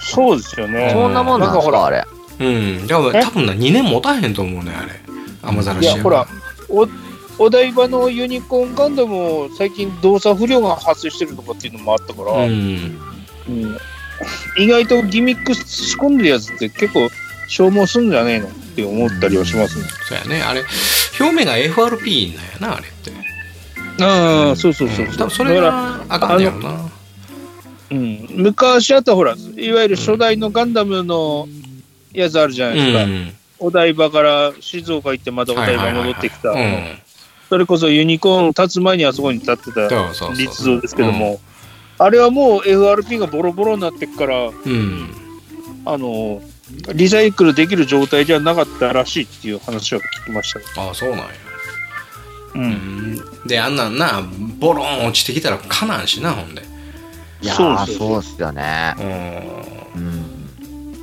Speaker 2: そうですよね。
Speaker 3: そんなもんなんですか、あれ。
Speaker 1: うんだから
Speaker 2: え
Speaker 1: 多分な2年持たへんと思うねあれ雨ざらし
Speaker 2: いやほらおお台場のユニコーンガンダムも最近動作不良が発生してるとかっていうのもあったから、
Speaker 1: うん
Speaker 2: うん意外とギミック仕込んでるやつって結構消耗すんじゃねえのって思ったりはしますね。
Speaker 1: そうやねあれ表面が FRP なんやなあれって
Speaker 2: ああ、そうそうそう
Speaker 1: うん
Speaker 2: そ
Speaker 1: 多
Speaker 2: う。
Speaker 1: 分それ
Speaker 2: だから、
Speaker 1: があかんねやろな
Speaker 2: うん、昔あったほら、いわゆる初代のガンダムのやつあるじゃな
Speaker 1: う
Speaker 2: いですか。
Speaker 1: ん
Speaker 2: お台場から静岡行ってまたお台場戻ってきた。
Speaker 1: はいはいはいはいうん
Speaker 2: それこそユニコーン立つ前にあそこに立ってた
Speaker 1: そうそうそう
Speaker 2: 立像ですけども、あれはもう FRP がボロボロになってっから、
Speaker 1: うん
Speaker 2: あの、リサイクルできる状態じゃなかったらしいっていう話を聞きましたね。
Speaker 1: ああそうなんや
Speaker 2: う。
Speaker 1: うんんであんなんなボロン落ちてきたらかなんしなほんで
Speaker 3: いや
Speaker 2: そう
Speaker 3: ー、
Speaker 2: そう
Speaker 3: そうっすよね。
Speaker 1: うん
Speaker 3: うん。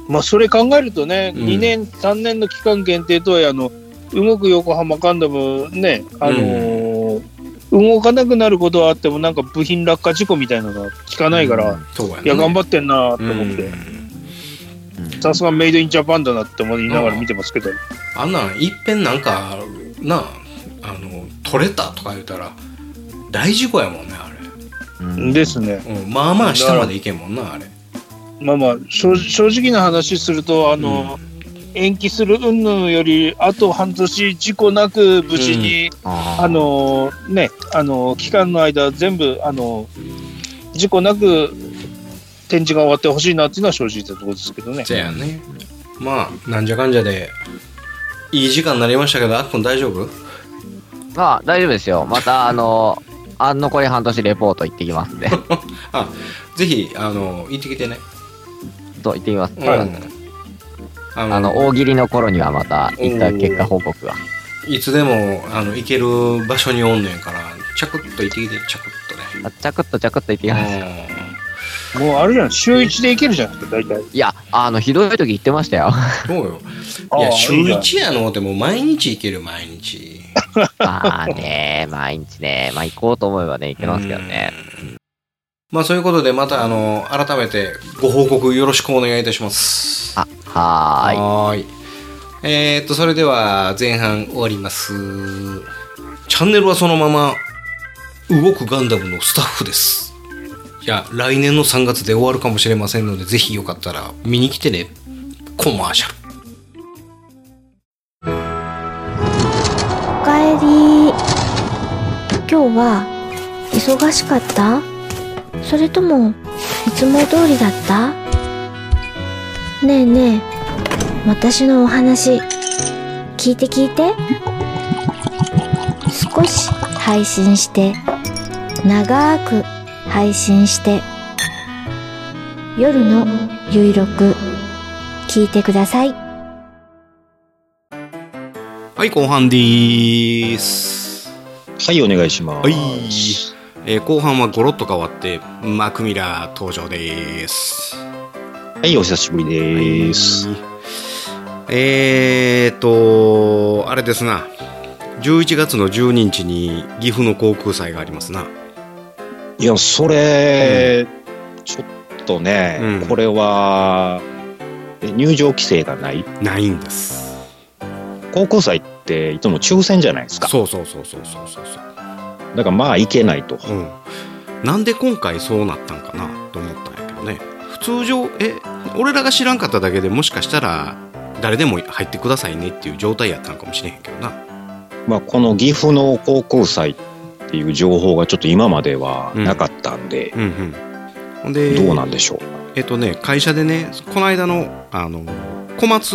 Speaker 2: まあ、それ考えるとね、
Speaker 1: うん
Speaker 2: 2年、3年の期間限定とはいえ、あの、動く横浜ガンダムね、あのー動かなくなることはあっても、なんか部品落下事故みたいなのが聞かないから、
Speaker 1: そうやね
Speaker 2: いや、頑張
Speaker 1: っ
Speaker 2: ってんなと思って、さすがメイドインジャパンだなって思いながら見てますけど、
Speaker 1: あんなんいっぺんなんかなあの取れたとか言うたら大事故やもんねあ
Speaker 3: うん
Speaker 2: ですね。
Speaker 1: れ、うん、まあまあ下までいけんもんなあれ
Speaker 2: まあまあ、正正直な話すると、あの、延期する云々より、あと半年事故なく無事に、
Speaker 3: あー
Speaker 2: あ、のーね、あのー期間の間全部、あのー事故なく展示が終わってほしいなっていうのは正直なところですけどね。
Speaker 1: じゃやねまあなんじゃかんじゃでいい時間になりましたけどあっくん大丈夫
Speaker 3: まあ、大丈夫ですよ。また、あの、あ残り半年レポート行ってきますんで。
Speaker 1: あぜひあの行ってきてね、
Speaker 3: と行ってきます。
Speaker 1: うん
Speaker 2: はい
Speaker 1: あの
Speaker 3: あの、大喜利の頃にはまた行った結果報告が。
Speaker 1: いつでもあの行ける場所におんねんからチャクッと行ってきてチャクッ
Speaker 3: あちゃくっとちゃくっと行ってき
Speaker 1: と
Speaker 3: ます。
Speaker 1: ね
Speaker 2: もうあれじゃん、週1で行けるじゃないですか、大体。
Speaker 3: いや、あの、ひどい時行ってましたよ。
Speaker 1: うんそうよ
Speaker 2: あ
Speaker 1: いや
Speaker 2: ー
Speaker 1: 週
Speaker 2: いいじゃん
Speaker 1: 1やのってもう毎日行ける毎日
Speaker 3: まあね、毎日ね、まあ行こうと思えばね、行けますけどね。
Speaker 1: まあそういうことでまたあの改めてご報告よろしくお願いいたします。
Speaker 3: あ、はー
Speaker 1: ー
Speaker 3: い。
Speaker 1: い。えー、っとそれでは前半終わります。チャンネルはそのまま動くガンダムのスタッフです。いや来年の3月で終わるかもしれませんのでぜひよかったら見に来てね。コマーシャル。
Speaker 4: おかえり今日は忙しかったそれともいつも通りだったねえねえ私のお話聞いて聞いて少し配信して長く配信して夜のゆいろく聞いてください
Speaker 1: はい後半でーす。
Speaker 7: はい、お願いします。
Speaker 1: はい。えー後半はゴロッと変わってマクミラー登場でーす。
Speaker 7: はい、お久しぶりです。
Speaker 1: えーっとあれですな11月の12日に岐阜の航空祭がありますない
Speaker 7: や、それ、ちょっとね、
Speaker 1: うん
Speaker 7: これは、え入場規制がない。
Speaker 1: ないんです
Speaker 7: 航空祭っていつも抽選じゃないですか。
Speaker 1: そうそうそうそうそうそうそ
Speaker 7: だからまあ、行けないと。
Speaker 1: う、うん、なんで今回そうなったんかなと思ったんやけどね普通常え俺らが知らんかっただけでもしかしたら誰でも入ってくださいねっていう状態やったんかもしれへんけどな
Speaker 7: まあ、この岐阜の航空祭っていう情報がちょっと今まではなかったんで、
Speaker 1: うんうんほんで
Speaker 7: どうなんでしょう。
Speaker 1: えっとね、会社でね、この間の、あの、小松、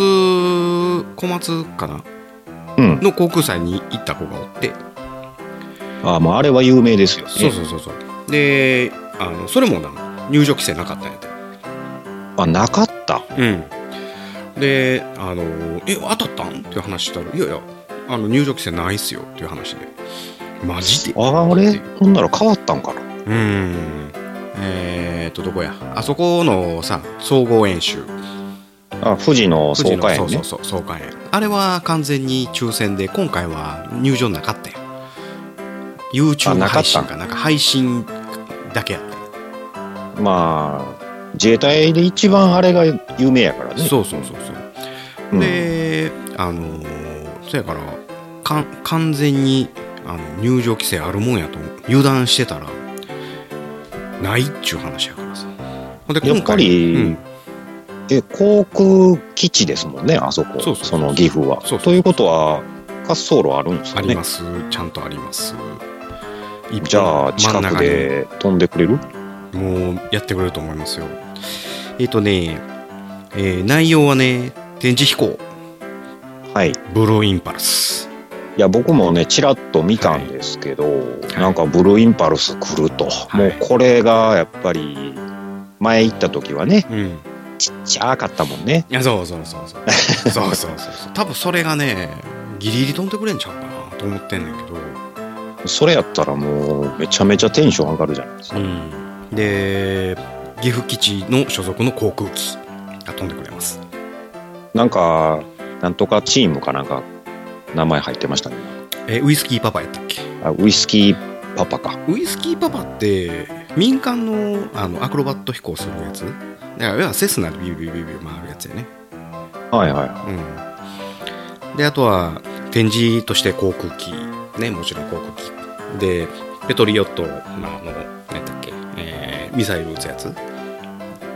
Speaker 1: 小松かな、
Speaker 7: うん
Speaker 1: の航空祭に行った子がおって、
Speaker 7: ああ、まあ、あれは有名ですよね。
Speaker 1: そうそうそうそう。で、あの、それもな、入場規制なかったんやて。
Speaker 7: あ、なかった。
Speaker 1: うん。であの「え当たったん?」っていう話したら「いやいやあの入場規制ないっすよ」っていう話で「マジで?」
Speaker 7: あれほんなら変わったんかな
Speaker 1: うーんえー、っとどこやあそこのさ総合演習
Speaker 7: あ富士の
Speaker 1: 富士
Speaker 7: 総
Speaker 1: の
Speaker 7: 会
Speaker 1: そ
Speaker 7: ね
Speaker 1: うそうそう総会演あれは完全に抽選で今回は入場なかったよ YouTube
Speaker 7: あなか
Speaker 1: 配
Speaker 7: った
Speaker 1: 信かなんか配信だけやった
Speaker 7: まあ自衛隊で一番あれが有名やからね
Speaker 1: そうそうそうそう
Speaker 7: うん
Speaker 1: で、あのーそやからかん完全にあの入場規制あるもんやと油断してたらないっちゅう話やからさほんで
Speaker 7: やっぱり
Speaker 1: うん
Speaker 7: え航空基地ですもんねあそ
Speaker 1: そ
Speaker 7: こ
Speaker 1: うそうそう
Speaker 7: その岐阜は
Speaker 1: そうそうそう
Speaker 7: ということは滑走路あるんです
Speaker 1: あ
Speaker 7: よ
Speaker 1: り
Speaker 7: ね
Speaker 1: ます、ちゃんとあります一
Speaker 7: じゃあ近くで飛んでくれる
Speaker 1: もうやってくれると思いますよえっ、とね、えー内容はね展示飛行
Speaker 7: はいい
Speaker 1: ブルーインパルス
Speaker 7: や僕もねちらっと見たんですけど、
Speaker 1: い
Speaker 7: なんかブルーインパルス来ると、
Speaker 1: い
Speaker 7: もうこれがやっぱり前行った時はね
Speaker 1: うん
Speaker 7: ちっちゃかったもんね
Speaker 1: いやそうそうそうそう [LAUGHS] そうそうそうそう多分それがねギリギリ飛んでくれんちゃうかなと思ってんねんけど
Speaker 7: それやったらもうめちゃめちゃテンション上がるじゃないですか、
Speaker 1: うん、で岐阜基地の所属の航空機が飛んでくれます
Speaker 7: なんかなんとかチームかなんか名前入ってましたね
Speaker 1: えウイスキーパパやったっけ
Speaker 7: あウイスキーパパか
Speaker 1: ウイスキーパパって民間のあのアクロバット飛行するやつだから要はセスナでビュービュービュービュー回るやつやね
Speaker 7: はいは
Speaker 1: うんであとは展示として航空機ねもちろん航空機でペトリオットのあの何だっけ、えーミサイル撃つやつ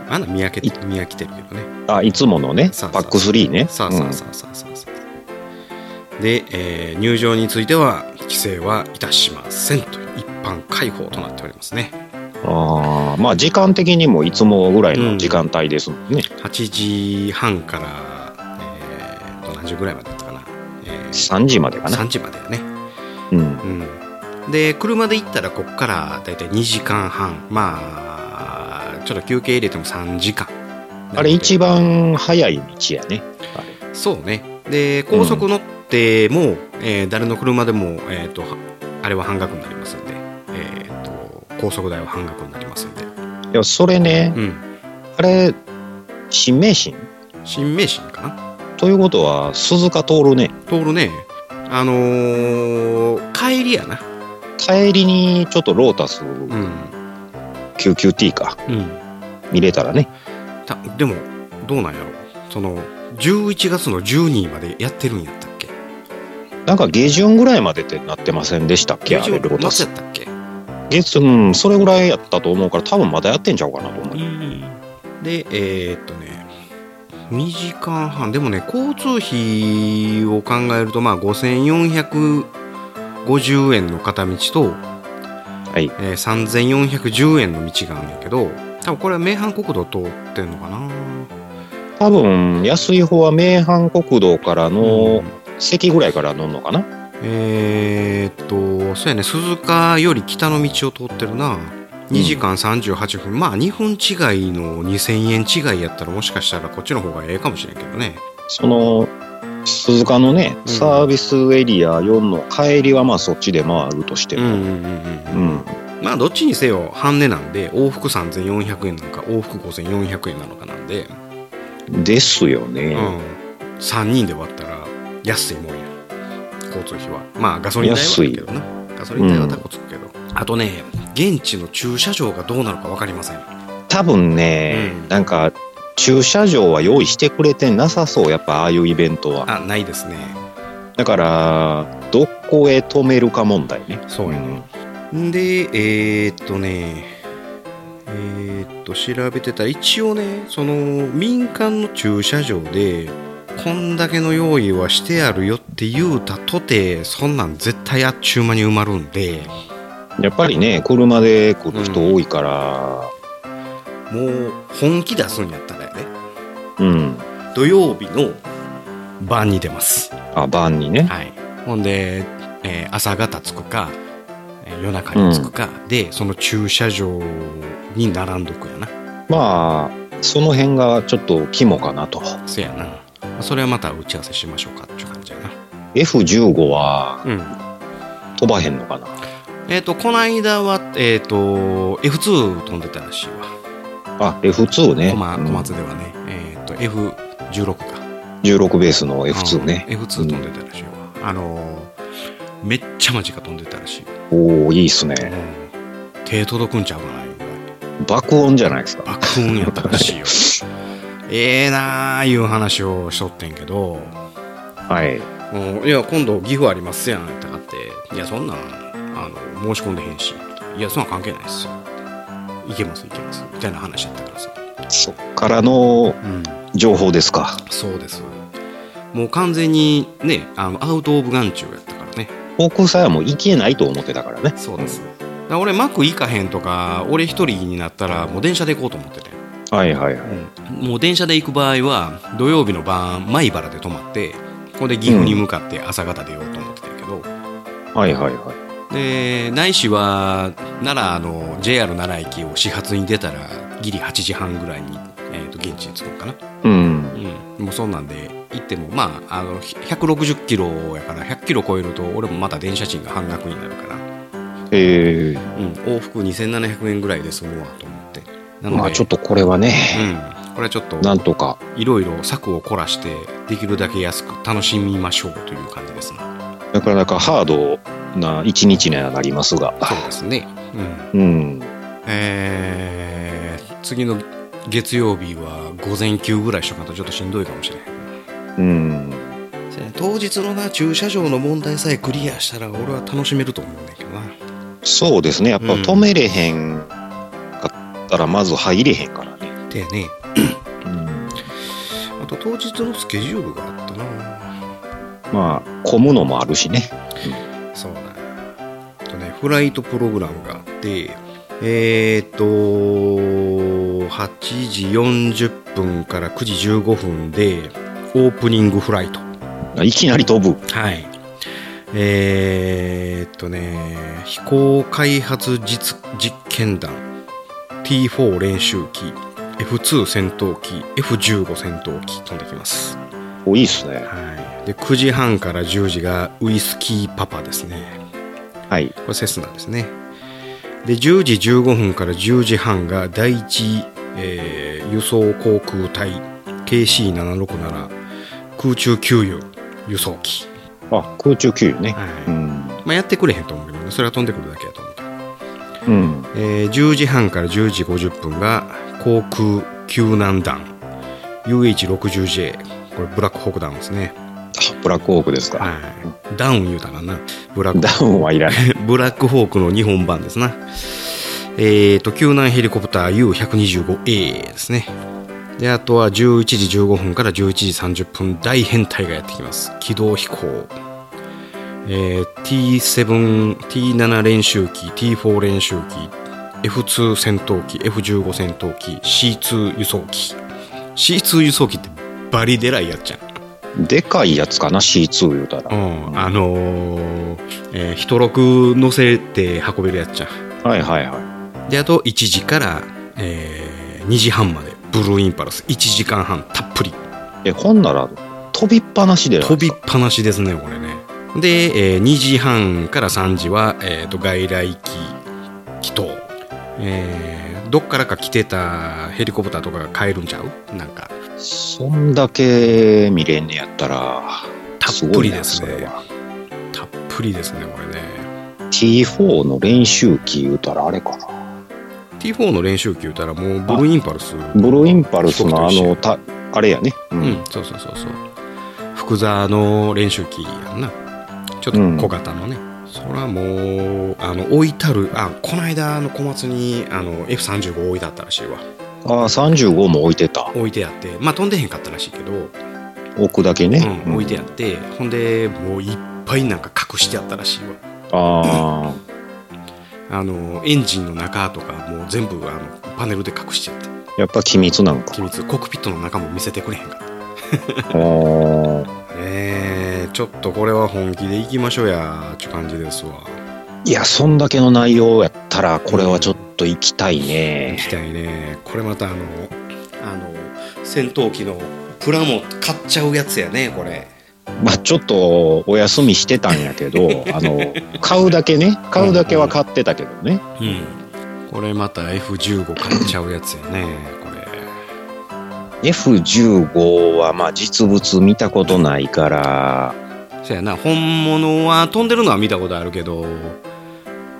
Speaker 1: あんな見分け見飽きてるけどね
Speaker 7: いあいつものね
Speaker 1: そうそう
Speaker 7: パック3ね
Speaker 1: さあさあさあさあさあさあで、えー入場については規制はいたしませんという一般開放となっておりますね
Speaker 7: あーまあ時間的にもいつもぐらいの時間帯ですもんね、
Speaker 1: 8時半から、えーと何時ぐらいまでだったかな、えー
Speaker 7: 3時までかな、
Speaker 1: 3時までやね
Speaker 7: うん、
Speaker 1: うんで車で行ったらこっからだいたい2時間半まあちょっと休憩入れても3時間
Speaker 7: あれ一番早い道やね
Speaker 1: そうね。で、高速乗っても、えー誰の車でも、えっ、と、はあれは半額になりますんで、えっ、と、高速代は半額になりますんで。
Speaker 7: いやそれね、
Speaker 1: うん。
Speaker 7: あれ新名神
Speaker 1: 新名神かな
Speaker 7: ということは鈴鹿通るね
Speaker 1: 通るね。あのー帰りやな。
Speaker 7: 帰りにちょっとロータス
Speaker 1: うん。
Speaker 7: QQT か
Speaker 1: うん。
Speaker 7: 見れたらね
Speaker 1: たでも、どうなんやろその、11月の12日までやってるんやったっけ
Speaker 7: なんか下旬ぐらいまでってなってませんでしたっけあれロータ
Speaker 1: 夏
Speaker 7: ス
Speaker 1: やったっけ
Speaker 7: 月うんそれぐらいやったと思うから多分まだやってんちゃうかなと思う、
Speaker 1: でえーっとね2時間半でもね交通費を考えるとまあ5450円の片道と、
Speaker 7: い
Speaker 1: えー3410円の道があるんだけど多分これは名阪国道通ってんのかな
Speaker 7: 多分安い方は名阪国道から
Speaker 1: う
Speaker 7: の
Speaker 1: ん
Speaker 7: 席ぐらいから乗るのかな、
Speaker 1: えーっとそうやね鈴鹿より北の道を通ってるな2時間38分、まあ2分違いの2000円違いやったらもしかしたらこっちの方がええかもしれんけどね
Speaker 7: その鈴鹿のね、
Speaker 1: ん
Speaker 7: サービスエリア4の帰りはまあそっちで回るとして
Speaker 1: うんう
Speaker 7: も、
Speaker 1: んうんうん
Speaker 7: う
Speaker 1: うんんまあどっちにせよ半値なんで往復3400円なのか往復5400円なのかなんで、
Speaker 7: ですよ
Speaker 1: う
Speaker 7: ね、
Speaker 1: ん、3人で割ったら安いもんや交通費はまあガソリン代は
Speaker 7: 安
Speaker 1: だ
Speaker 7: い
Speaker 1: けどなガソリン代はタコつくけど、あとね現地の駐車場がどうなるか分かりません
Speaker 7: 多分ね、
Speaker 1: うん
Speaker 7: なんか駐車場は用意してくれてなさそうやっぱああいうイベントは
Speaker 1: あないですね
Speaker 7: だからどこへ止めるか問題ね
Speaker 1: そうやね、でえー、っとねえー、っと調べてたら一応ねその民間の駐車場でこんだけの用意はしてあるよって言うたとてそんなん絶対あっちゅう間に埋まるんで
Speaker 7: やっぱりね車で来る人多いから
Speaker 1: もう本気出すんやったらやね
Speaker 7: うん、
Speaker 1: 土曜日の晩に出ます
Speaker 7: あバンにね
Speaker 1: はいほんで、えー朝方着くかえー夜中に着くか、でその駐車場に並んどくやな
Speaker 7: まあその辺がちょっと肝かなと
Speaker 1: そやなそれはまた打ち合わせしましょうかっていう感じやな
Speaker 7: F15 は
Speaker 1: うん
Speaker 7: 飛ばへんのかな
Speaker 1: えっ、とこの間はえっ、と F2 飛んでたらしいわ
Speaker 7: あ F2 ね
Speaker 1: 小ま
Speaker 7: うん
Speaker 1: 小松ではね、えっ、と F16 か
Speaker 7: 16ベースの F2 ね、
Speaker 1: うん F2 飛んでたらしいわ、あのーめっちゃ間近飛んでたらしい、
Speaker 7: おおいいっすね
Speaker 1: うん手届くんちゃうかないうぐらい
Speaker 7: 爆音じゃないですか
Speaker 1: 爆音やったら [LAUGHS] しいよええなあいう話をしとってんけど
Speaker 7: はい
Speaker 1: うんいや今度岐阜ありますやんとかっていやそんなんあの申し込んでへんしいやそんなん関係ないっすよいけますいけますみたいな話やったからさ、
Speaker 7: そっから
Speaker 1: う
Speaker 7: の
Speaker 1: ん、
Speaker 7: 情報ですか
Speaker 1: そうですもう完全にねあのアウト・オブ・眼中やったからね
Speaker 7: 航空祭はもう行けないと思ってたからね
Speaker 1: そうです、だから俺マック行かへんとか俺一人になったらもう電車で行こうと思ってて、
Speaker 7: はいはいはい
Speaker 1: もう電車で行く場合は土曜日の晩米原で泊まってここで岐阜に向かって朝方出ようと思ってたけど、
Speaker 7: はいはいはい
Speaker 1: でないしは奈良の JR 奈良駅を始発に出たらギリ8時半ぐらいに、えー、と現地に着くのかな、
Speaker 7: うん
Speaker 1: うん、もうそんなんで行ってもまああのひ160キロやから100キロ超えると俺もまた電車賃が半額になるから、
Speaker 7: えー、
Speaker 1: うん、往復2700円ぐらいで済むわと思ってなので、
Speaker 7: まあちょっとこれは
Speaker 1: う
Speaker 7: ね、
Speaker 1: ん、これはちょっと
Speaker 7: なんとか
Speaker 1: いろいろ策を凝らしてできるだけ安く楽しみましょうという感じですね
Speaker 7: なかなかハードな一日にはなりますが
Speaker 1: そうですね、うん
Speaker 7: うん
Speaker 1: えー次の月曜日は午前休ぐらいしとかないとちょっとしんどいかもしれない
Speaker 7: うん
Speaker 1: 当日のな駐車場の問題さえクリアしたら俺は楽しめると思うんだけどな
Speaker 7: そうですねやっぱ
Speaker 1: うん
Speaker 7: 止めれへんかったらまず入れへんからね、
Speaker 1: でね
Speaker 7: うん
Speaker 1: あと当日のスケジュールがあったな
Speaker 7: まあ混むのもあるしね
Speaker 1: そうなんやあとね、フライトプログラムがあって、えっ、と、8時40分から9時15分で、オープニングフライト。
Speaker 7: いきなり飛ぶ
Speaker 1: はい。えっとね、飛行開発実実験団、T4 練習機、F2 戦闘機、F15 戦闘機飛んできます。
Speaker 7: おいいっすね
Speaker 1: はい。で、9時半から10時がウイスキーパパですね。
Speaker 7: はい
Speaker 1: これセスナですね。で、10時15分から10時半が第一、えー輸送航空隊 KC767 空中給油輸送機。
Speaker 7: あ空中給油ね
Speaker 1: はい
Speaker 7: うん
Speaker 1: まあ、やってくれへんと思うけどね、それは飛んでくるだけやと思うけど。
Speaker 7: うん
Speaker 1: えー10時半から10時50分が航空救難団 UH60J。これブラックホークダウンですね。
Speaker 7: あブラックホークですか
Speaker 1: はい。ダウン言うたらな。ブラック
Speaker 7: ダウンはいらない
Speaker 1: ブラックホークの日本版ですな。えー、と、救難ヘリコプター U125A ですね。で、あとは11時15分から11時30分、大変態がやってきます。機動飛行。えー、T7、T7 練習機、T4 練習機、F2 戦闘機、F15 戦闘機、C2 輸送機。C2 輸送機ってバリデラいやっちゃん。
Speaker 7: でかいやつかな C2 言うた
Speaker 1: う
Speaker 7: ら、
Speaker 1: ん、あのーえー、一六乗せて運べるやつじゃん
Speaker 7: はいはいは
Speaker 1: であと1時から、えー2時半までブルーインパルス1時間半たっぷり
Speaker 7: いえほんなら飛びっぱなしでない
Speaker 1: 飛びっぱなしですねこれねで、えー2時半から3時は、えーと外来機機頭、えーどっからか来てたヘリコプターとかが買えるんちゃうなんか
Speaker 7: そんだけ見れんねやったら
Speaker 1: た
Speaker 7: す
Speaker 1: っ
Speaker 7: ご
Speaker 1: ぷ
Speaker 7: い
Speaker 1: り
Speaker 7: な
Speaker 1: です
Speaker 7: それ
Speaker 1: ね
Speaker 7: は
Speaker 1: たっぷりですねこれね
Speaker 7: T4 の練習機言うたらあれかな
Speaker 1: T4 の練習機言うたらもうブルーインパルス
Speaker 7: ブルーインパルスのあ
Speaker 1: 飛行機と一緒
Speaker 7: のたあれやねうん、
Speaker 1: うん、そうそうそうそう福沢の練習機やんなちょっと小型のね、そらもうあの置いたるあこの間あの小松にあの F35 置いてあったらしいわ
Speaker 7: ああ35も置いてた
Speaker 1: 置いてあってまあ飛んでへんかったらしいけど、う
Speaker 7: 置くだけね、
Speaker 1: ん、置いてあってほんでもういっぱいなんか隠してあったらしいわ
Speaker 7: あ
Speaker 1: あのエンジンの中とかもう全部あのパネルで隠してあって
Speaker 7: あやっぱ機密なんか
Speaker 1: 機密コックピットの中も見せてくれへんかった
Speaker 7: おー
Speaker 1: えー、ちょっとこれは本気でいきましょうやちゅう感じですわ
Speaker 7: いやそんだけの内容やったらこれはちょっと行きたい
Speaker 1: 行
Speaker 7: ね
Speaker 1: きたいねこれまたあのあの戦闘機のプラモ買っちゃうやつやねこれ
Speaker 7: まあ、ちょっとお休みしてたんやけ
Speaker 1: [LAUGHS]
Speaker 7: どあの買うだけね買うだけは買ってたけどね
Speaker 1: うんこれまた F15 買っちゃうやつやねこれ
Speaker 7: F15 はまあ実物見たことないから
Speaker 1: そやな本物は飛んでるのは見たことあるけど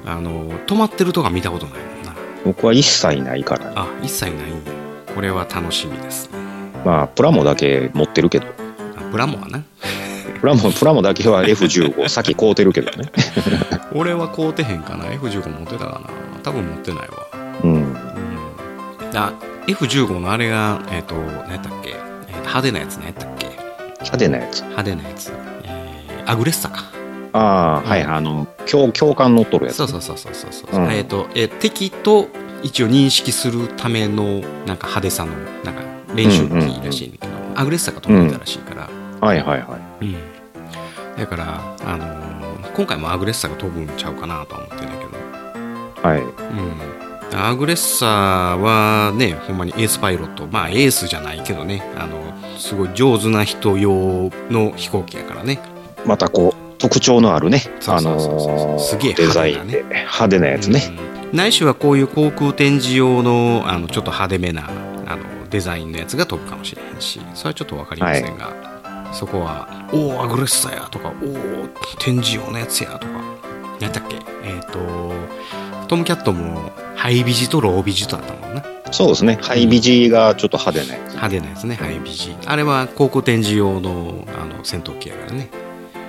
Speaker 1: あの止まってるとか見たことないもんな
Speaker 7: 僕は一切ないからね
Speaker 1: あ一切ないんだこれは楽しみですね
Speaker 7: まあプラモだけ持ってるけど
Speaker 1: あプラモはな
Speaker 7: プラモプラモだけは
Speaker 1: [LAUGHS]
Speaker 7: F15 さっき買うてるけどね
Speaker 1: 俺は買うてへんかな F15 持ってたかな多分持ってないわ、
Speaker 7: うん
Speaker 1: うん、あ F15 のあれがえっ、と何やったっけ、えー派手なやつ何やったっけ
Speaker 7: 派手なやつ
Speaker 1: 派手なやつ、えーアグレッサか
Speaker 7: ああ、
Speaker 1: うん
Speaker 7: はいあの共共感乗っとるやつ
Speaker 1: そうそうそうそうそうそう、
Speaker 7: うん
Speaker 1: えっ、と、えー敵と一応認識するためのなんか派手さのなんか練習機らしいんだけど、アグレッサが飛んでたらしいから、
Speaker 7: はいはいは
Speaker 1: う
Speaker 7: い
Speaker 1: んだから、あのー今回もアグレッサが飛ぶんちゃうかなとは思ってんだけど
Speaker 7: はい
Speaker 1: うん、アグレッサーはねほんまにエースパイロットまあエースじゃないけどねあのすごい上手な人用の飛行機やからね
Speaker 7: またこう特徴のあるね
Speaker 1: そう
Speaker 7: あ
Speaker 1: そう
Speaker 7: の
Speaker 1: そうそうすげえ
Speaker 7: ーデ
Speaker 1: 派
Speaker 7: ザ
Speaker 1: 手
Speaker 7: イ
Speaker 1: な
Speaker 7: ン
Speaker 1: ね
Speaker 7: で派手なやつね、
Speaker 1: うんないしはこういう航空展示用のあのちょっと派手めなあのデザインのやつが飛ぶかもしれへんしそれはちょっと分かりませんが、そこは「おおアグレッサーや」とか「おお展示用のやつや」とか何やったっけえっ、とトムキャットもハイビジとロービジとあったもんな
Speaker 7: そうですねハイビジがちょっと派手なやつ、
Speaker 1: 派手なやつね、ハイビジ。あれは航空展示用のあの戦闘機やからね。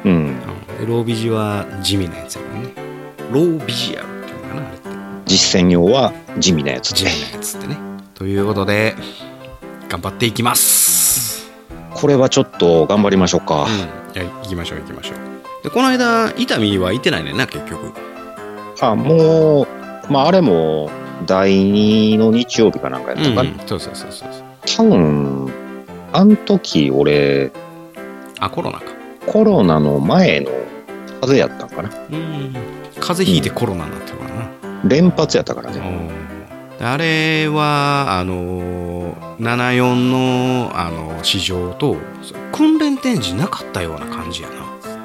Speaker 7: うん、
Speaker 1: うん、でロービジは地味なやつやもんね。ロービジアルっていうのかな、あれって。
Speaker 7: 実践用は地味なやつ
Speaker 1: 地
Speaker 7: で
Speaker 1: 味なやつってね。ということで、頑張っていきます。
Speaker 7: これはちょっと頑張りましょうか、
Speaker 1: うん、いや、行きましょう、行きましょう。で、この間、伊丹は行ってないねんな、結局。
Speaker 7: あもうまああれも第2の日曜日かなんかやったかな、
Speaker 1: そうそうそうそう。
Speaker 7: 多分あの時俺
Speaker 1: あ、コロナか。
Speaker 7: コロナの前の風邪やったんかな
Speaker 1: うん。風邪ひいてコロナになってるからな。
Speaker 7: 連発やったからね
Speaker 1: うんあれはあのー74のあの市場と訓練展示なかったような感じやな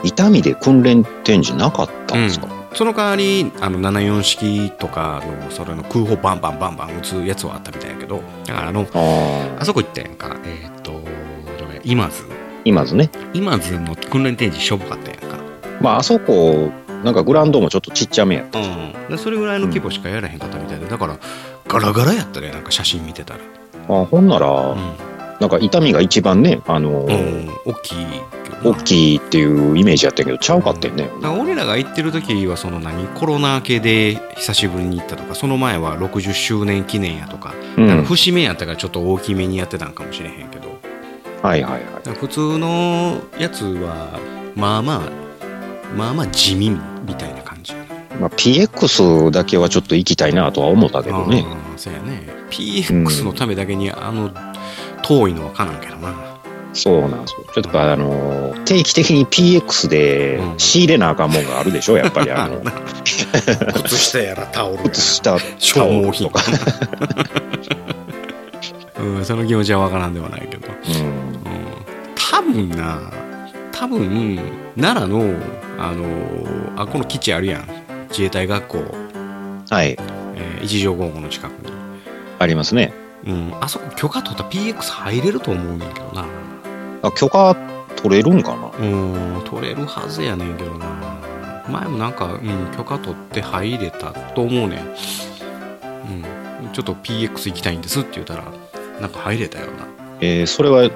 Speaker 7: 痛みで訓練展示なかったんですか、
Speaker 1: その代わりあの74式とかのそれの空砲バンバンバンバン撃つやつはあったみたいやけどだからあの
Speaker 7: あ
Speaker 1: あ
Speaker 7: あ
Speaker 1: そこ行ったやんかえっ、とどれ今津
Speaker 7: 今ずね
Speaker 1: 今津の訓練展示しょぼかったやんか
Speaker 7: まああそこなんかグラウンドもちょっとちっちゃめや
Speaker 1: うんでそれぐらいの規模しかやらへんかったみたいでだからガラガラやったねなんか写真見てたら
Speaker 7: あほんなら、
Speaker 1: うん、
Speaker 7: なんか痛みが一番ねあの、
Speaker 1: うん、大きいけどな
Speaker 7: 大きいっていうイメージやったけどちゃうかったよね、
Speaker 1: だから俺らが行ってる時はその何コロナ明けで久しぶりに行ったとかその前は60周年記念やとか,、
Speaker 7: うん
Speaker 1: なんか
Speaker 7: はい
Speaker 1: 節目やったからちょっと大きめにやってたんかもしれへんけど
Speaker 7: はいはい
Speaker 1: だから普通のやつはまあまあまあまあ地味みたいな感じやな
Speaker 7: まあ、PX だけはちょっと行きたいなとは思ったけどね
Speaker 1: あーそうやね PX のためだけにあの遠いのはかなんけどな、
Speaker 7: そうなんですよちょっとやっぱあの定期的に PX で
Speaker 1: うん
Speaker 7: 仕入れなあかんもんがあるでしょやっぱ
Speaker 1: [LAUGHS]
Speaker 7: りあの
Speaker 1: 靴下やらタオルやら
Speaker 7: 靴下
Speaker 1: 消耗品
Speaker 7: とか、
Speaker 1: [LAUGHS] うん、その気持ちはわからんではないけど
Speaker 7: うん、
Speaker 1: 多分な多分奈良のあのーあこの基地あるやん自衛隊学校、
Speaker 7: はい
Speaker 1: えー一条高校の近く
Speaker 7: ありますね
Speaker 1: に、うん、あそこ許可取ったら PX 入れると思うねんけどな
Speaker 7: あ許可取れるんか
Speaker 1: う
Speaker 7: な
Speaker 1: ん取れるはずやねんけどな前もなんか、うん、許可取って入れたと思うねん、うん、ちょっと PX 行きたいんですって言ったらなんか入れたよな
Speaker 7: えーそれは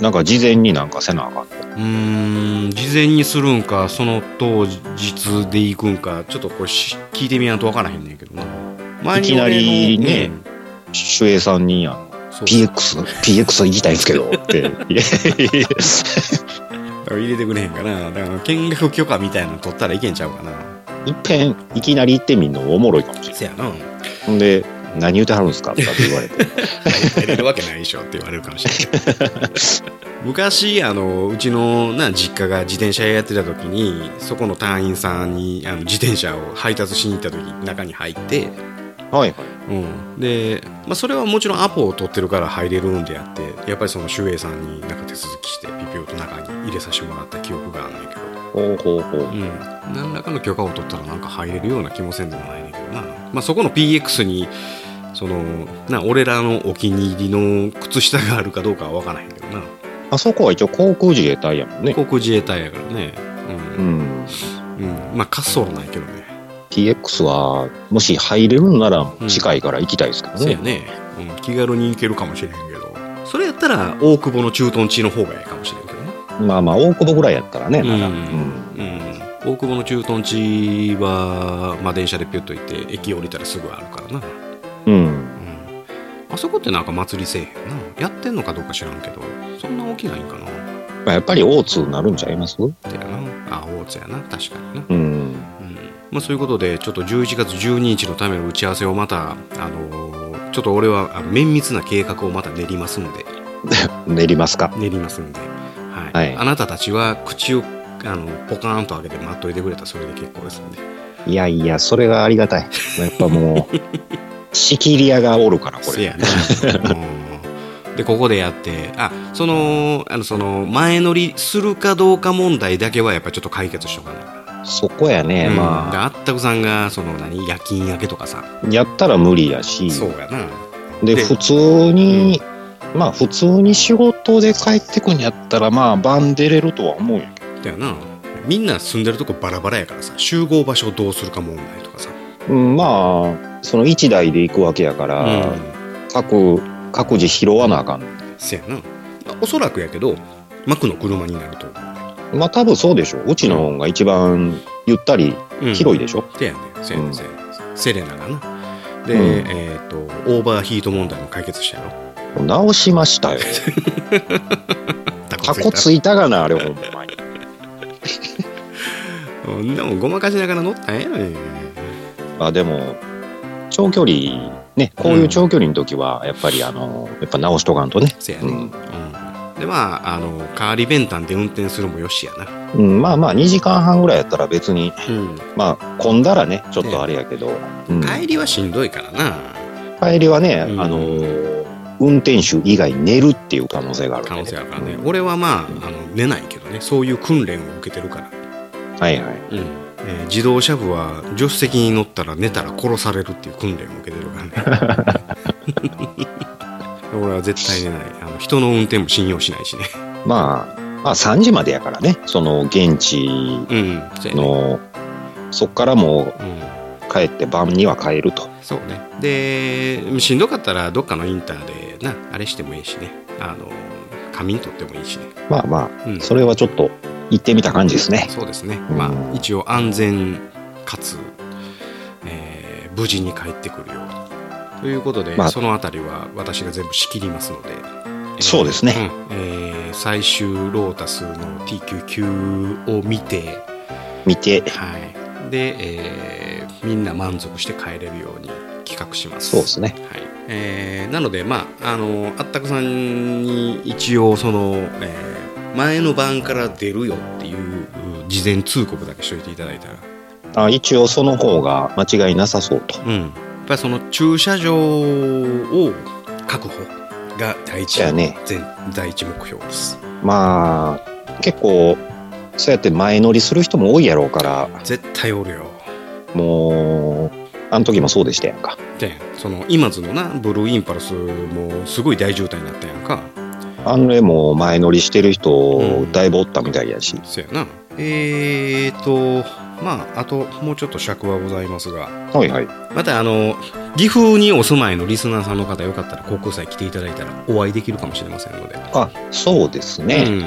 Speaker 7: なんか事前になんかせなあかん
Speaker 1: うーん事前にするんかその当日で行くんかちょっとこれし聞いてみやんと分からへんねんけどな前に俺の
Speaker 7: いきなりね
Speaker 1: うん
Speaker 7: 守衛さんにあの
Speaker 1: そう
Speaker 7: PX、PX 行きたいんですけどって。
Speaker 1: だから入れてくれへんかなだから見学許可みたいなの取ったらいけんちゃうかない
Speaker 7: っぺん、いきなり行ってみんのおもろいかもしれ
Speaker 1: せやな
Speaker 7: ない。んで、何言うてはるんですかとかって言われ
Speaker 1: [LAUGHS]
Speaker 7: て。
Speaker 1: 入れるわけないでしょって言われるかもしれない
Speaker 7: [LAUGHS]
Speaker 1: 昔あのうちのな実家が自転車屋やってた時にそこの隊員さんにあの自転車を配達しに行った時中に入って
Speaker 7: はいはい。
Speaker 1: うん、で、まあ、それはもちろんアポを取ってるから入れるんであってやっぱりその守衛さんになんか手続きしてピピオと中に入れさせてもらった記憶があんねんけど、
Speaker 7: ほうほうほう
Speaker 1: う。ん、何らかの許可を取ったらなんか入れるような気もせんでもないねんけどな、まあ、そこの PX にそのな俺らのお気に入りの靴下があるかどうかは分からへんけどな
Speaker 7: あそこは一応航空自衛隊やもんね。
Speaker 1: 航空自衛隊やからねう、
Speaker 7: うんん。
Speaker 1: うんまあ滑走路ないけどね
Speaker 7: TX は、もし入れるんなら近いから行きたいですけど
Speaker 1: そう
Speaker 7: ね
Speaker 1: や。ね、うん、気軽に行けるかもしれへんけどそれやったら大久保の駐屯地の方がいいかもしれんけどね
Speaker 7: まあまあ、大久保ぐらいやったらね、まだ。
Speaker 1: う
Speaker 7: うんん。
Speaker 1: うん、大久保の駐屯地は、まあ、電車でピュッと行って駅降りたらすぐあるからな、
Speaker 7: うん。
Speaker 1: うん、あそこってなんか祭りせえへんなやってんのかどうか知らんけどそんな大きないんかなっ
Speaker 7: まあやっぱり大津になるんちゃいますう
Speaker 1: てやなあ大津やな確かにな、
Speaker 7: ん。
Speaker 1: うんまあ、そういうことでちょっと11月12日のための打ち合わせをまた、あのーちょっと俺はあ綿密な計画をまた練りますんで
Speaker 7: 練りますか。
Speaker 1: 練りますんで、はい
Speaker 7: はい
Speaker 1: あなたたちは口をあのポカーンと開けて待っといてくれたらそれで結構ですんで
Speaker 7: いやいや、それがありがたい。やっぱも
Speaker 1: [LAUGHS]
Speaker 7: う、仕切り屋がおるから、こ
Speaker 1: せ
Speaker 7: れ。
Speaker 1: やな [LAUGHS] うんでここでやってあそのあのその前乗りするかどうか問題だけはやっぱちょっと解決しとかな、
Speaker 7: そこやね、
Speaker 1: うんで
Speaker 7: ま
Speaker 1: あったくさんがその何夜勤明けとかさ、
Speaker 7: あ、やったら無理やし。
Speaker 1: そうやな
Speaker 7: で
Speaker 1: で
Speaker 7: 普通に、まあ普通に仕事で帰ってくんやったらまあ晩出れるとは思うよ
Speaker 1: だよなみんな住んでるとこバラバラやからさ集合場所どうするか問題とかさ、
Speaker 7: うん、まあその1台で行くわけやから、
Speaker 1: うん、
Speaker 7: 各各自拾わなあかん
Speaker 1: せやなおそらくやけどマクの車になると思
Speaker 7: まあ多分そうでしょうちの方が一番ゆったり
Speaker 1: う、うん
Speaker 7: 広いでしょ、
Speaker 1: せやねせやねせやねセレナがなで、
Speaker 7: うん
Speaker 1: えっ、とオーバーヒート問題も解決したやろ
Speaker 7: 直しました
Speaker 1: [LAUGHS]
Speaker 7: よタコついたがなあれほんまに
Speaker 1: そんなもんごまかしながら乗ったんやのに
Speaker 7: あでも長距離ねこういう長距離の時はやっぱりあのやっぱ直しとかんとね、
Speaker 1: せや
Speaker 7: う
Speaker 1: ね、うん
Speaker 7: ん
Speaker 1: でまああの代わり弁ンで運転するもよしやな、
Speaker 7: うん、まあまあ2時間半ぐらいやったら別に
Speaker 1: うん、
Speaker 7: まあ混んだらねちょっとあれやけど、うん
Speaker 1: 帰りはしんどいからな
Speaker 7: 帰りはね、
Speaker 1: うん
Speaker 7: あのー運転手以外寝るっていう可能性があるんで
Speaker 1: 可
Speaker 7: ね、
Speaker 1: 能性あるからね、
Speaker 7: うん
Speaker 1: 俺はまああの寝ないけどねそういう訓練を受けてるから、
Speaker 7: はいはい
Speaker 1: うんえー自動車部は助手席に乗ったら寝たら殺されるっていう訓練を受けてるから [LAUGHS] ね俺は絶対寝ないあの人の運転も信用しないしね
Speaker 7: まあまあ3時までやからねその現地
Speaker 1: うんそうやね
Speaker 7: のそっからも
Speaker 1: うん
Speaker 7: う帰って晩には帰ると
Speaker 1: そうねでしんどかったらどっかのインターでなあれしてもいいしねあの仮眠取ってもいいしね、
Speaker 7: まあま
Speaker 1: うん、
Speaker 7: あそれはちょっと行ってみた感じですね
Speaker 1: そうですね
Speaker 7: うん
Speaker 1: まあ一応安全かつ、えー無事に帰ってくるようにということで、
Speaker 7: まあ
Speaker 1: そのあたりは私が全部仕切りますので、えー
Speaker 7: そうですね、
Speaker 1: うんえー最終ロータスの TQQ を見て
Speaker 7: 見て
Speaker 1: はい、で、えーみんな満足して帰れるように企画します。
Speaker 7: そうですね
Speaker 1: はいえーなので、まあ、あのあったくさんに一応その、えー前の晩から出るよっていうう事前通告だけしといていただいたら、
Speaker 7: あ一応その方が間違いなさそうと
Speaker 1: うん、やっぱりその駐車場を確保が第一,、
Speaker 7: だよね
Speaker 1: 前第一目標です。
Speaker 7: まあ結構そうやって前乗りする人も多いやろうから
Speaker 1: 絶対おるよ。
Speaker 7: もうあの時もそうでしたやんか
Speaker 1: でその今津のなブルーインパルスもすごい大渋滞になったやんか。
Speaker 7: あれも前乗りしてる
Speaker 1: う
Speaker 7: 人
Speaker 1: ん
Speaker 7: だいぶおったみたいやし、
Speaker 1: そやな。えーと、まあ、あともうちょっと尺はございますが、
Speaker 7: はいはい
Speaker 1: またあの、岐阜にお住まいのリスナーさんの方、よかったら航空祭来ていただいたらお会いできるかもしれませんので、
Speaker 7: あそうです
Speaker 1: う
Speaker 7: ね、
Speaker 1: ん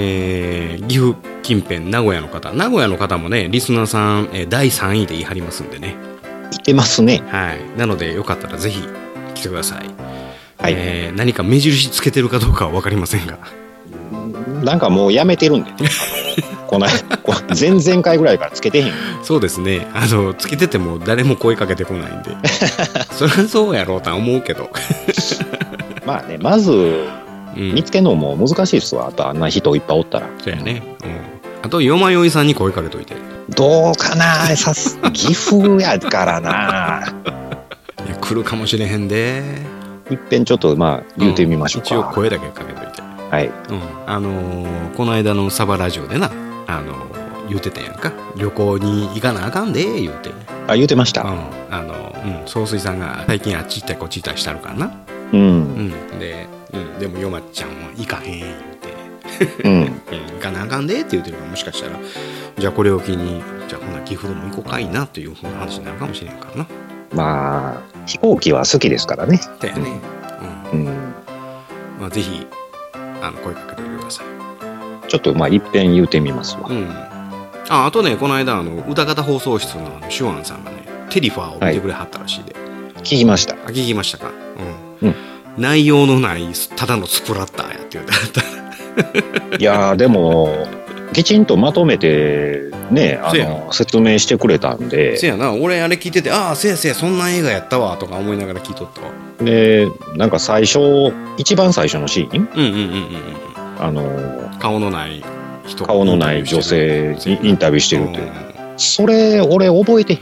Speaker 1: えー岐阜近辺、名古屋の方、名古屋の方もね、リスナーさん、えー第3位で言い張りますんでね、
Speaker 7: いてますね
Speaker 1: はい。なので、よかったらぜひ来てください。
Speaker 7: はい
Speaker 1: えー何か目印つけてるかどうかは分かりませんが、 [LAUGHS]
Speaker 7: なんかもうやめてるんで、ね、あのこのこ前々回ぐらいからつけてへん
Speaker 1: そうですね。あの、つけてても誰も声かけてこないん
Speaker 7: [LAUGHS]
Speaker 1: で。そりゃそうやろうとは思うけど。
Speaker 7: まあねまず
Speaker 1: う
Speaker 7: 見
Speaker 1: ん。
Speaker 7: つけるのも難しいっすわあとあんな人いっぱいおったら
Speaker 1: そうやね。うん。あと、よまよいさんに声かけといて。
Speaker 7: [LAUGHS] どうかなさす岐阜やからな
Speaker 1: 来るかもしれへんで
Speaker 7: いっぺんちょっとまあ言うてみましょうか、
Speaker 1: ん一応声だけかけといて、
Speaker 7: はい
Speaker 1: うん、あのーこの間のサバラジオでな、あのー言うてたやんか旅行に行かなあかんで言うて、うん
Speaker 7: あ言うてました
Speaker 1: あのーうん、総帥さんが最近あっち行ったりこっち行ったりしたるからな、
Speaker 7: うん
Speaker 1: うん、で、うん、でもヨマちゃんは行かへん言うて
Speaker 7: うん
Speaker 1: 行かなあかんでって言ってるからもしかしたらじゃあこれを機にじゃあほな岐阜でも行こうかいなというふうな話になるかもしれんからな。
Speaker 7: まあ飛行機は好きですからね
Speaker 1: だよね。
Speaker 7: うん
Speaker 1: うんまあ、ぜひあの声かけておいてください。
Speaker 7: ちょっとまあいっぺん言うてみますわ、
Speaker 1: うん、ああとねこの間あの歌方放送室のあのシュワンさんがね「テリファー」を見てくれはったらしいで、
Speaker 7: 聞きました
Speaker 1: あ聞きましたか、うん
Speaker 7: うん
Speaker 1: 内容のないただのスプラッターやって言うてはった
Speaker 7: い
Speaker 1: [LAUGHS]
Speaker 7: やーでもきちんとまとめてねあ
Speaker 1: せ
Speaker 7: の説明してくれたんで
Speaker 1: せやな俺あれ聞いてて「ああせやせやそんな映画やったわ」とか思いながら聞いとったわ
Speaker 7: でなんか最初一番最初のシーン
Speaker 1: うんうんうんうん
Speaker 7: あの
Speaker 1: うん顔のない人
Speaker 7: 顔のない女性にインタビューしてるっていう
Speaker 1: うん
Speaker 7: それ俺覚え [LAUGHS] て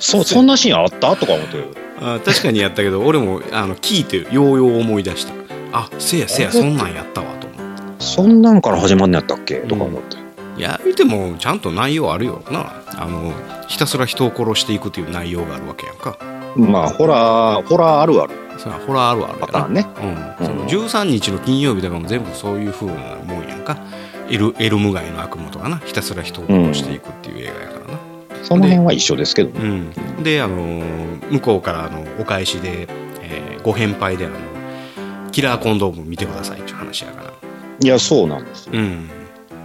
Speaker 7: そそんなシーンあったとか思って
Speaker 1: あ確かにやったけど俺もあの聞いてようよう思い出したあせやせやそんなんやったわと思う
Speaker 7: そんなんから始まんのやったっけとか思って、
Speaker 1: いや言うてもちゃんと内容あるよなあのひたすら人を殺していくという内容があるわけやんか
Speaker 7: まあホラーホラーあるある
Speaker 1: それはホラーあるあるや
Speaker 7: パ
Speaker 1: な
Speaker 7: ターンね
Speaker 1: うん、その13日の金曜日とかも全部そういうふうなもんやんかエルエルム街の悪夢とかなひたすら人を殺していくっていう映画やからな、
Speaker 7: その辺は一緒ですけどね
Speaker 1: うん、で、あのー向こうからあのお返しで、えーご返杯であのキラーコンドーム見てくださいっていう話やから
Speaker 7: いやそうなんですよ
Speaker 1: うん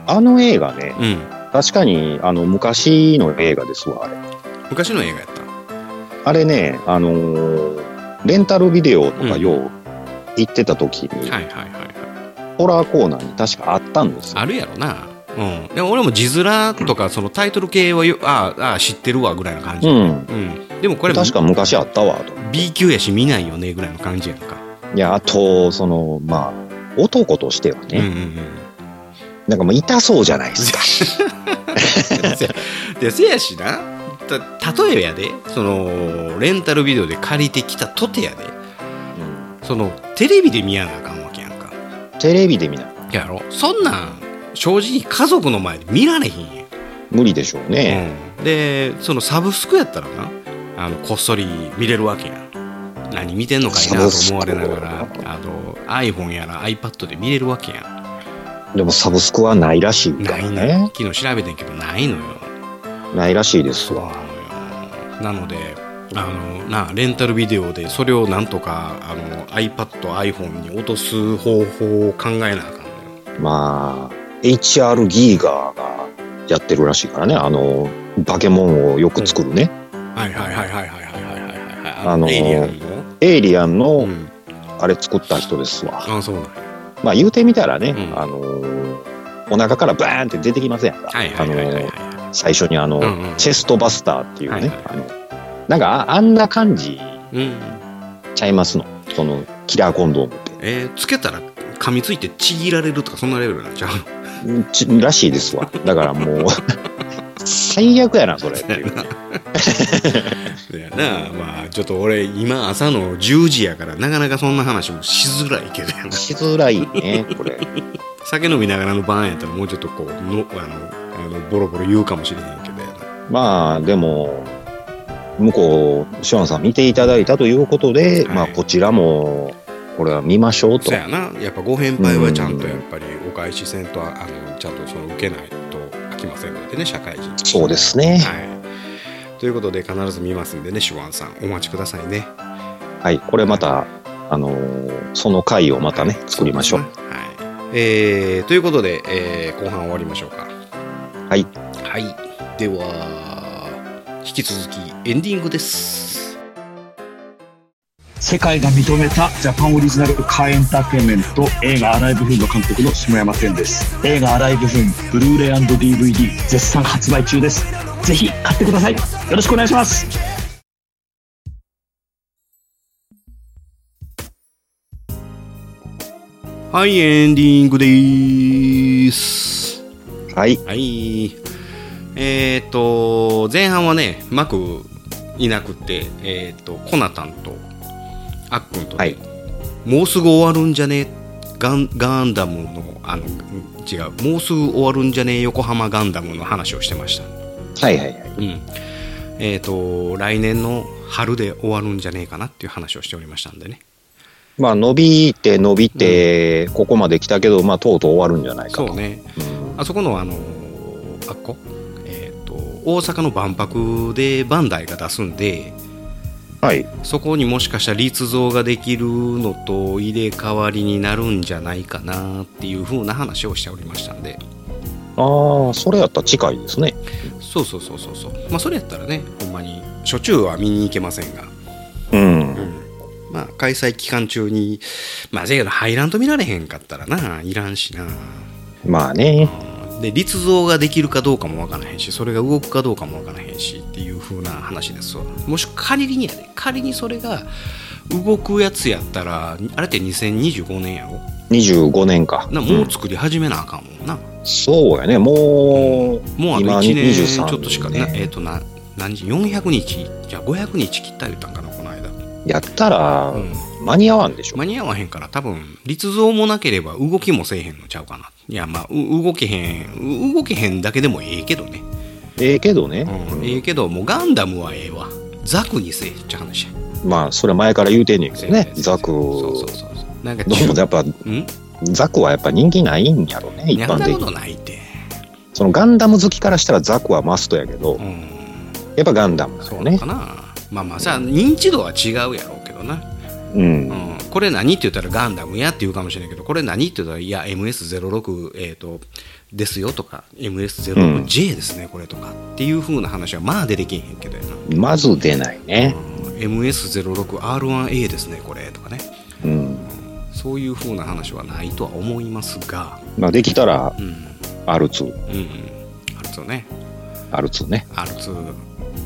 Speaker 7: あの映画ね
Speaker 1: うん
Speaker 7: 確かにあの昔の映画ですわあれ
Speaker 1: 昔の映画やった
Speaker 7: あれねあのーレンタルビデオとかよう行ってた時に、
Speaker 1: はいはいはいはい
Speaker 7: ホラーコーナーに確かあったんですよ
Speaker 1: あるやろなうんでも俺も字面とかそのタイトル系はよああああ知ってるわぐらいの感じ、
Speaker 7: う
Speaker 1: うん
Speaker 7: ん
Speaker 1: でもこれ
Speaker 7: 確か昔あったわと
Speaker 1: B 級やし見ないよねぐらいの感じやんか
Speaker 7: いやあとそのまあ男としてはね、
Speaker 1: うん [LAUGHS] うんうん
Speaker 7: なんかもう痛そうじゃないですか
Speaker 1: でせやしなた例えやでそのレンタルビデオで借りてきたとてやで
Speaker 7: うん
Speaker 1: そのテレビで見やなあかんわけやんか
Speaker 7: テレビで見ない
Speaker 1: やろそんなん正直家族の前で見られへんやん、
Speaker 7: 無理でしょうね、
Speaker 1: うんでそのサブスクやったらなあのこっそり見れるわけやん何見てんのかいなと思われながら
Speaker 7: サブスク
Speaker 1: あの iPhone やら iPad で見れるわけやん
Speaker 7: でもサブスクはないらしいか
Speaker 1: な
Speaker 7: ら
Speaker 1: いね
Speaker 7: ね
Speaker 1: 昨日調べてんけどないのよ
Speaker 7: ないらしいです
Speaker 1: そうな
Speaker 7: わ
Speaker 1: のよなのであのなレンタルビデオでそれをなんとかあの iPadiPhone に落とす方法を考えなあかんのよ
Speaker 7: まあ HR ギーガーがやってるらしいからねあの化け物をよく作るね、
Speaker 1: はいはいはいはいはいはいはいはいはい
Speaker 7: あのー
Speaker 1: エイリアンの
Speaker 7: エイリアン
Speaker 1: う
Speaker 7: の
Speaker 1: ん
Speaker 7: あれ作った人ですわ、
Speaker 1: あそうなんや
Speaker 7: まあ言うてみたらね、
Speaker 1: うん
Speaker 7: あのーお腹からバーンって出てきませんやんか、
Speaker 1: はいはいはいはいはい
Speaker 7: あのー最初にあの、
Speaker 1: うんうん
Speaker 7: チェストバスターっていうね、
Speaker 1: はいはい
Speaker 7: あのなんかああんな感じ
Speaker 1: うん
Speaker 7: ちゃいますのそのキラーコンドームって
Speaker 1: えーつけたら噛みついてちぎられるとかそんなレベルなんちゃう [LAUGHS]
Speaker 7: うんちらしいですわだからもう最悪やなそれっていう
Speaker 1: そやなまあちょっと俺今朝の10時やからなかなかそんな話もしづらいけど [LAUGHS] やな
Speaker 7: しづらいねこれ
Speaker 1: 酒飲みながらの晩やったらもうちょっとこうのあのあのボロボロ言うかもしれへんけどやな
Speaker 7: まあでも向こうショーンさん見ていただいたということで、
Speaker 1: はい
Speaker 7: まあこちらもこれは見ましょうと
Speaker 1: そうやなやっぱご返杯はちゃんとやっぱりお返しせんとあのちゃんとその受けないと飽きませんのでね社会人
Speaker 7: そうですね
Speaker 1: はいということで必ず見ますんでね手腕さんお待ちくださいね
Speaker 7: はい、これまた、あのーその回をまたね、作りましょう。
Speaker 1: はいえーということで、えー後半終わりましょうか
Speaker 7: はい
Speaker 1: はいでは引き続きエンディングです
Speaker 8: 世界が認めたジャパンオリジナルカーエンターテインメント映画アライブフーンの監督の下山天です映画アライブフーンブルーレイ &DVD 絶賛発売中ですぜひ買ってくださいよろしくお願いします
Speaker 1: はいエンディングでーす
Speaker 7: はい、
Speaker 1: はい。えっ、と、前半はね、幕いなくて、えー、とコナタンとあっくんとで、
Speaker 7: はい
Speaker 1: もうすぐ終わるんじゃねガンガンダムのあのうん違うもうすぐ終わるんじゃね横浜ガンダムの話をしてました、
Speaker 7: はいはいはい。
Speaker 1: うんえー、と来年の春で終わるんじゃねえかなっていう話をしておりましたんでね
Speaker 7: まあ伸びて伸びて、ここまで来たけど、まあとうとう終わるんじゃないか
Speaker 1: そ
Speaker 7: と。
Speaker 1: うね
Speaker 7: うん
Speaker 1: あそこのあのあっこ、えー、と大阪の万博でバンダイが出すんで
Speaker 7: はい。
Speaker 1: そこにもしかしたら立像ができるのと入れ替わりになるんじゃないかなっていう風な話をしておりましたんで
Speaker 7: ああ、それやったら近いですね。
Speaker 1: そうそうそうそうそうまあそれやったらねほんまにしょっちゅうは見に行けませんが、
Speaker 7: うん。
Speaker 1: まあ開催期間中にまあせやけど入らんと見られへんかったらないらんしな
Speaker 7: まあね。
Speaker 1: で立像ができるかどうかもわからへんしそれが動くかどうかもわからへんしっていう風な話ですわもし仮にやで仮にそれが動くやつやったらあれって2025年やろ
Speaker 7: 25年か。
Speaker 1: な
Speaker 7: う
Speaker 1: も
Speaker 7: ん
Speaker 1: う作り始めなあかんもんな、
Speaker 7: そうやね。もう、
Speaker 1: もうあ
Speaker 7: 今
Speaker 1: と1年ち
Speaker 7: 23
Speaker 1: ょっとしか、
Speaker 7: ね
Speaker 1: なえっ、とな何時400日じゃあ500日切った言ったんかなこの間、
Speaker 7: やったら
Speaker 1: うん、
Speaker 7: 間に合わんでしょ。
Speaker 1: 間に合わへんから多分立像もなければ動きもせえへんのちゃうかないやまあう動けへんう動けへんだけでもええけどね、
Speaker 7: ええけどね。
Speaker 1: うん
Speaker 7: うん
Speaker 1: ええけどもうガンダムはええわザクにせえっちゃ話や
Speaker 7: まあ、それは前から言うてんねんけどね。ザク、
Speaker 1: そうそ
Speaker 7: ど
Speaker 1: うそうそうなんか
Speaker 7: うもやっぱ、
Speaker 1: うん
Speaker 7: ザクはやっぱ人気ないんやろね、一
Speaker 1: やん
Speaker 7: 般
Speaker 1: な
Speaker 7: 的
Speaker 1: こ
Speaker 7: に。
Speaker 1: とないって
Speaker 7: そのガンダム好きからしたらザクはマストやけど
Speaker 1: う、ん
Speaker 7: やっぱガンダムだ
Speaker 1: そ
Speaker 7: よ
Speaker 1: うなの
Speaker 7: ね
Speaker 1: か。な、まあまあさ認知度は違うやろうけどな
Speaker 7: うん。
Speaker 1: うん、これ何って言ったらガンダムやって言うかもしれないけどこれ何って言ったらいや MS06、えー、とですよとか MS06J ですね、これとかっていう風な話はまあ出てきへんけどやな、
Speaker 7: まず出ないね。
Speaker 1: うん MS06R1A ですねこれとかね
Speaker 7: うん。
Speaker 1: そういう風な話はないとは思いますが
Speaker 7: まあ、できたら
Speaker 1: う、んうん
Speaker 7: R2、
Speaker 1: うんあるとね
Speaker 7: R2 ね。
Speaker 1: R2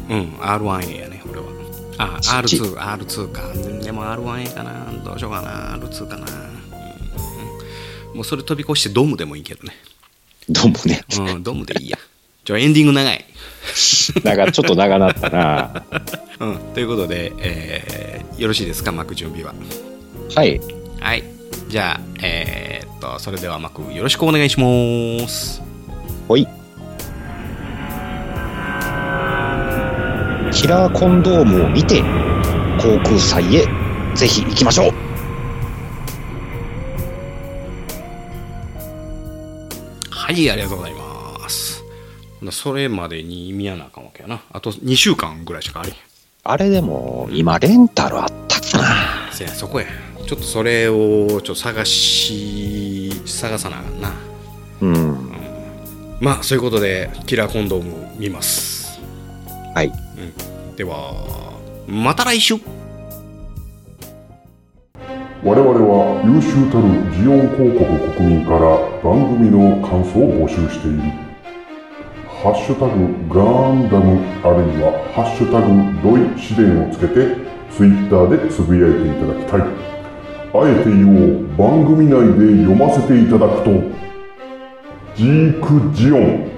Speaker 1: うん R1A やね俺はあ
Speaker 7: ちっち
Speaker 1: R2R2 かでも R1A かなどうしようかな R2 かな、うんもうそれ飛び越してドムでもいいけどね
Speaker 7: どうもね。 [LAUGHS]
Speaker 1: うん [LAUGHS] ドムでいいやちょエンディング長い、
Speaker 7: なんかちょっと長なったな。
Speaker 1: うん、ということで、えーよろしいですか幕準備は
Speaker 7: はい。
Speaker 1: はいじゃあえーっとそれでは幕よろしくお願いします
Speaker 7: ほい。キラーコンドームを見て、航空祭へぜひ行きましょう
Speaker 1: はいありがとうございますほなそれまでに見やなあかんわけやなあと2週間ぐらいしかありへん
Speaker 7: あれでも、今、レンタルあったかな。
Speaker 1: せやそこやちょっとそれをちょっと探し探さなあかんな
Speaker 7: うん。
Speaker 1: まあそういうことでキラーコンドーム見ます
Speaker 7: はい。
Speaker 1: ではまた来週
Speaker 6: 我々は優秀たるジオン広告国民から番組の感想を募集している「ハッシュタグガンダム」あるいは「ハッシュタグドイ試練」をつけてツイッターでつぶやいていただきたいあえて言おう番組内で読ませていただくとジークジオン